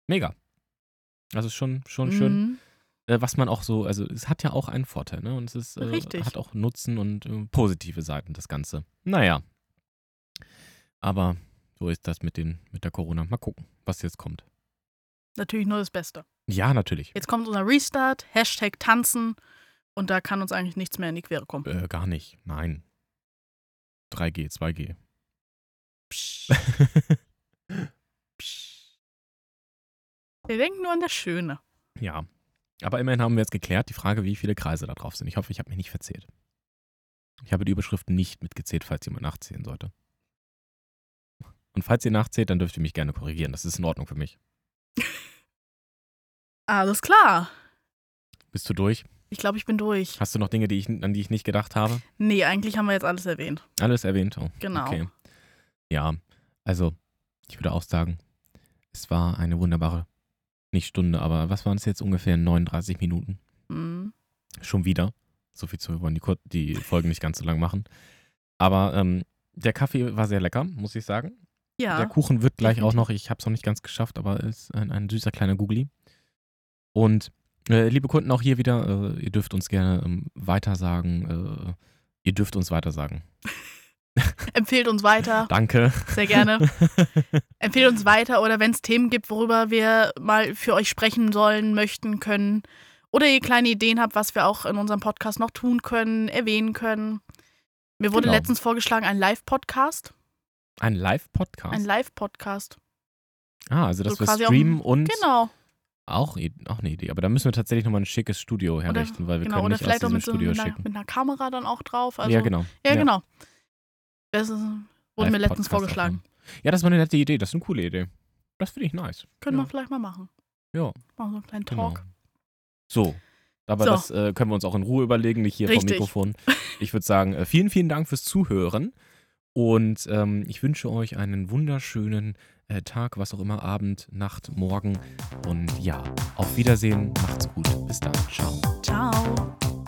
[SPEAKER 2] Mega. Also schon, schon schön,
[SPEAKER 1] Mhm.
[SPEAKER 2] äh, was man auch so, also es hat ja auch einen Vorteil, ne? Und es ist, äh,
[SPEAKER 1] Richtig.
[SPEAKER 2] hat auch Nutzen und äh, positive Seiten, das Ganze. Naja. Aber so ist das mit, den, mit der Corona. Mal gucken, was jetzt kommt.
[SPEAKER 1] Natürlich nur das Beste.
[SPEAKER 2] Ja, natürlich.
[SPEAKER 1] Jetzt kommt unser Restart, Hashtag tanzen und da kann uns eigentlich nichts mehr in die Quere kommen.
[SPEAKER 2] Äh, gar nicht. Nein. 3G, 2G.
[SPEAKER 1] Psch, psch. Wir denken nur an das Schöne.
[SPEAKER 2] Ja. Aber immerhin haben wir jetzt geklärt, die Frage, wie viele Kreise da drauf sind. Ich hoffe, ich habe mich nicht verzählt. Ich habe die Überschrift nicht mitgezählt, falls jemand nachzählen sollte. Und falls ihr nachzählt, dann dürft ihr mich gerne korrigieren. Das ist in Ordnung für mich.
[SPEAKER 1] Alles klar.
[SPEAKER 2] Bist du durch?
[SPEAKER 1] Ich glaube, ich bin durch.
[SPEAKER 2] Hast du noch Dinge, die ich, an die ich nicht gedacht habe?
[SPEAKER 1] Nee, eigentlich haben wir jetzt alles erwähnt.
[SPEAKER 2] Alles erwähnt. Oh,
[SPEAKER 1] Genau.
[SPEAKER 2] Okay. Ja, also ich würde auch sagen, es war eine wunderbare, nicht Stunde, aber was waren es jetzt ungefähr 39 Minuten?
[SPEAKER 1] Mhm.
[SPEAKER 2] Schon wieder. So viel zu, wir wollen die, Kur die Folgen nicht ganz so lang machen. Aber ähm, der Kaffee war sehr lecker, muss ich sagen. Der
[SPEAKER 1] Ja,
[SPEAKER 2] Kuchen wird gleich auch noch, ich habe es noch nicht ganz geschafft, aber ist ein, ein süßer kleiner Googly. Und äh, liebe Kunden, auch hier wieder, äh, ihr dürft uns gerne ähm, weitersagen. Äh, ihr dürft uns weitersagen.
[SPEAKER 1] empfehlt uns weiter,
[SPEAKER 2] Danke.
[SPEAKER 1] sehr gerne. Empfehlt uns weiter oder wenn es Themen gibt, worüber wir mal für euch sprechen sollen, möchten, können oder ihr kleine Ideen habt, was wir auch in unserem Podcast noch tun können, erwähnen können. Mir wurde
[SPEAKER 2] Genau.
[SPEAKER 1] letztens vorgeschlagen, ein Live-Podcast.
[SPEAKER 2] Ein
[SPEAKER 1] Ein
[SPEAKER 2] Live-Podcast.
[SPEAKER 1] Live-Podcast.
[SPEAKER 2] ah, also dass
[SPEAKER 1] so quasi
[SPEAKER 2] wir
[SPEAKER 1] auf
[SPEAKER 2] streamen
[SPEAKER 1] dem-
[SPEAKER 2] und
[SPEAKER 1] Genau.
[SPEAKER 2] auch, i- auch eine Idee. Aber da müssen wir tatsächlich nochmal ein schickes Studio herrichten, weil wir
[SPEAKER 1] genau.
[SPEAKER 2] können
[SPEAKER 1] Oder
[SPEAKER 2] nicht aus
[SPEAKER 1] vielleicht auch
[SPEAKER 2] diesem
[SPEAKER 1] mit, so
[SPEAKER 2] Studio
[SPEAKER 1] einer,
[SPEAKER 2] schicken.
[SPEAKER 1] mit einer Kamera dann auch drauf. Also,
[SPEAKER 2] ja, genau.
[SPEAKER 1] Ja, genau. Das ist, wurde mir letztens
[SPEAKER 2] Live-Podcast
[SPEAKER 1] vorgeschlagen.
[SPEAKER 2] aufnehmen. Ja, das war eine nette Idee. Das ist eine coole Idee. Das finde ich nice.
[SPEAKER 1] Können
[SPEAKER 2] ja.
[SPEAKER 1] wir vielleicht mal machen.
[SPEAKER 2] Ja,
[SPEAKER 1] Machen so einen kleinen
[SPEAKER 2] genau.
[SPEAKER 1] Talk.
[SPEAKER 2] So. Aber
[SPEAKER 1] So.
[SPEAKER 2] das äh, können wir uns auch in Ruhe überlegen, nicht hier
[SPEAKER 1] Richtig.
[SPEAKER 2] vor dem Mikrofon. Ich würde sagen, äh, vielen, vielen Dank fürs Zuhören. Und ähm, ich wünsche euch einen wunderschönen äh, Tag, was auch immer, Abend, Nacht, Morgen. Und ja, auf Wiedersehen. Macht's gut. Bis dann. Ciao.
[SPEAKER 1] Ciao.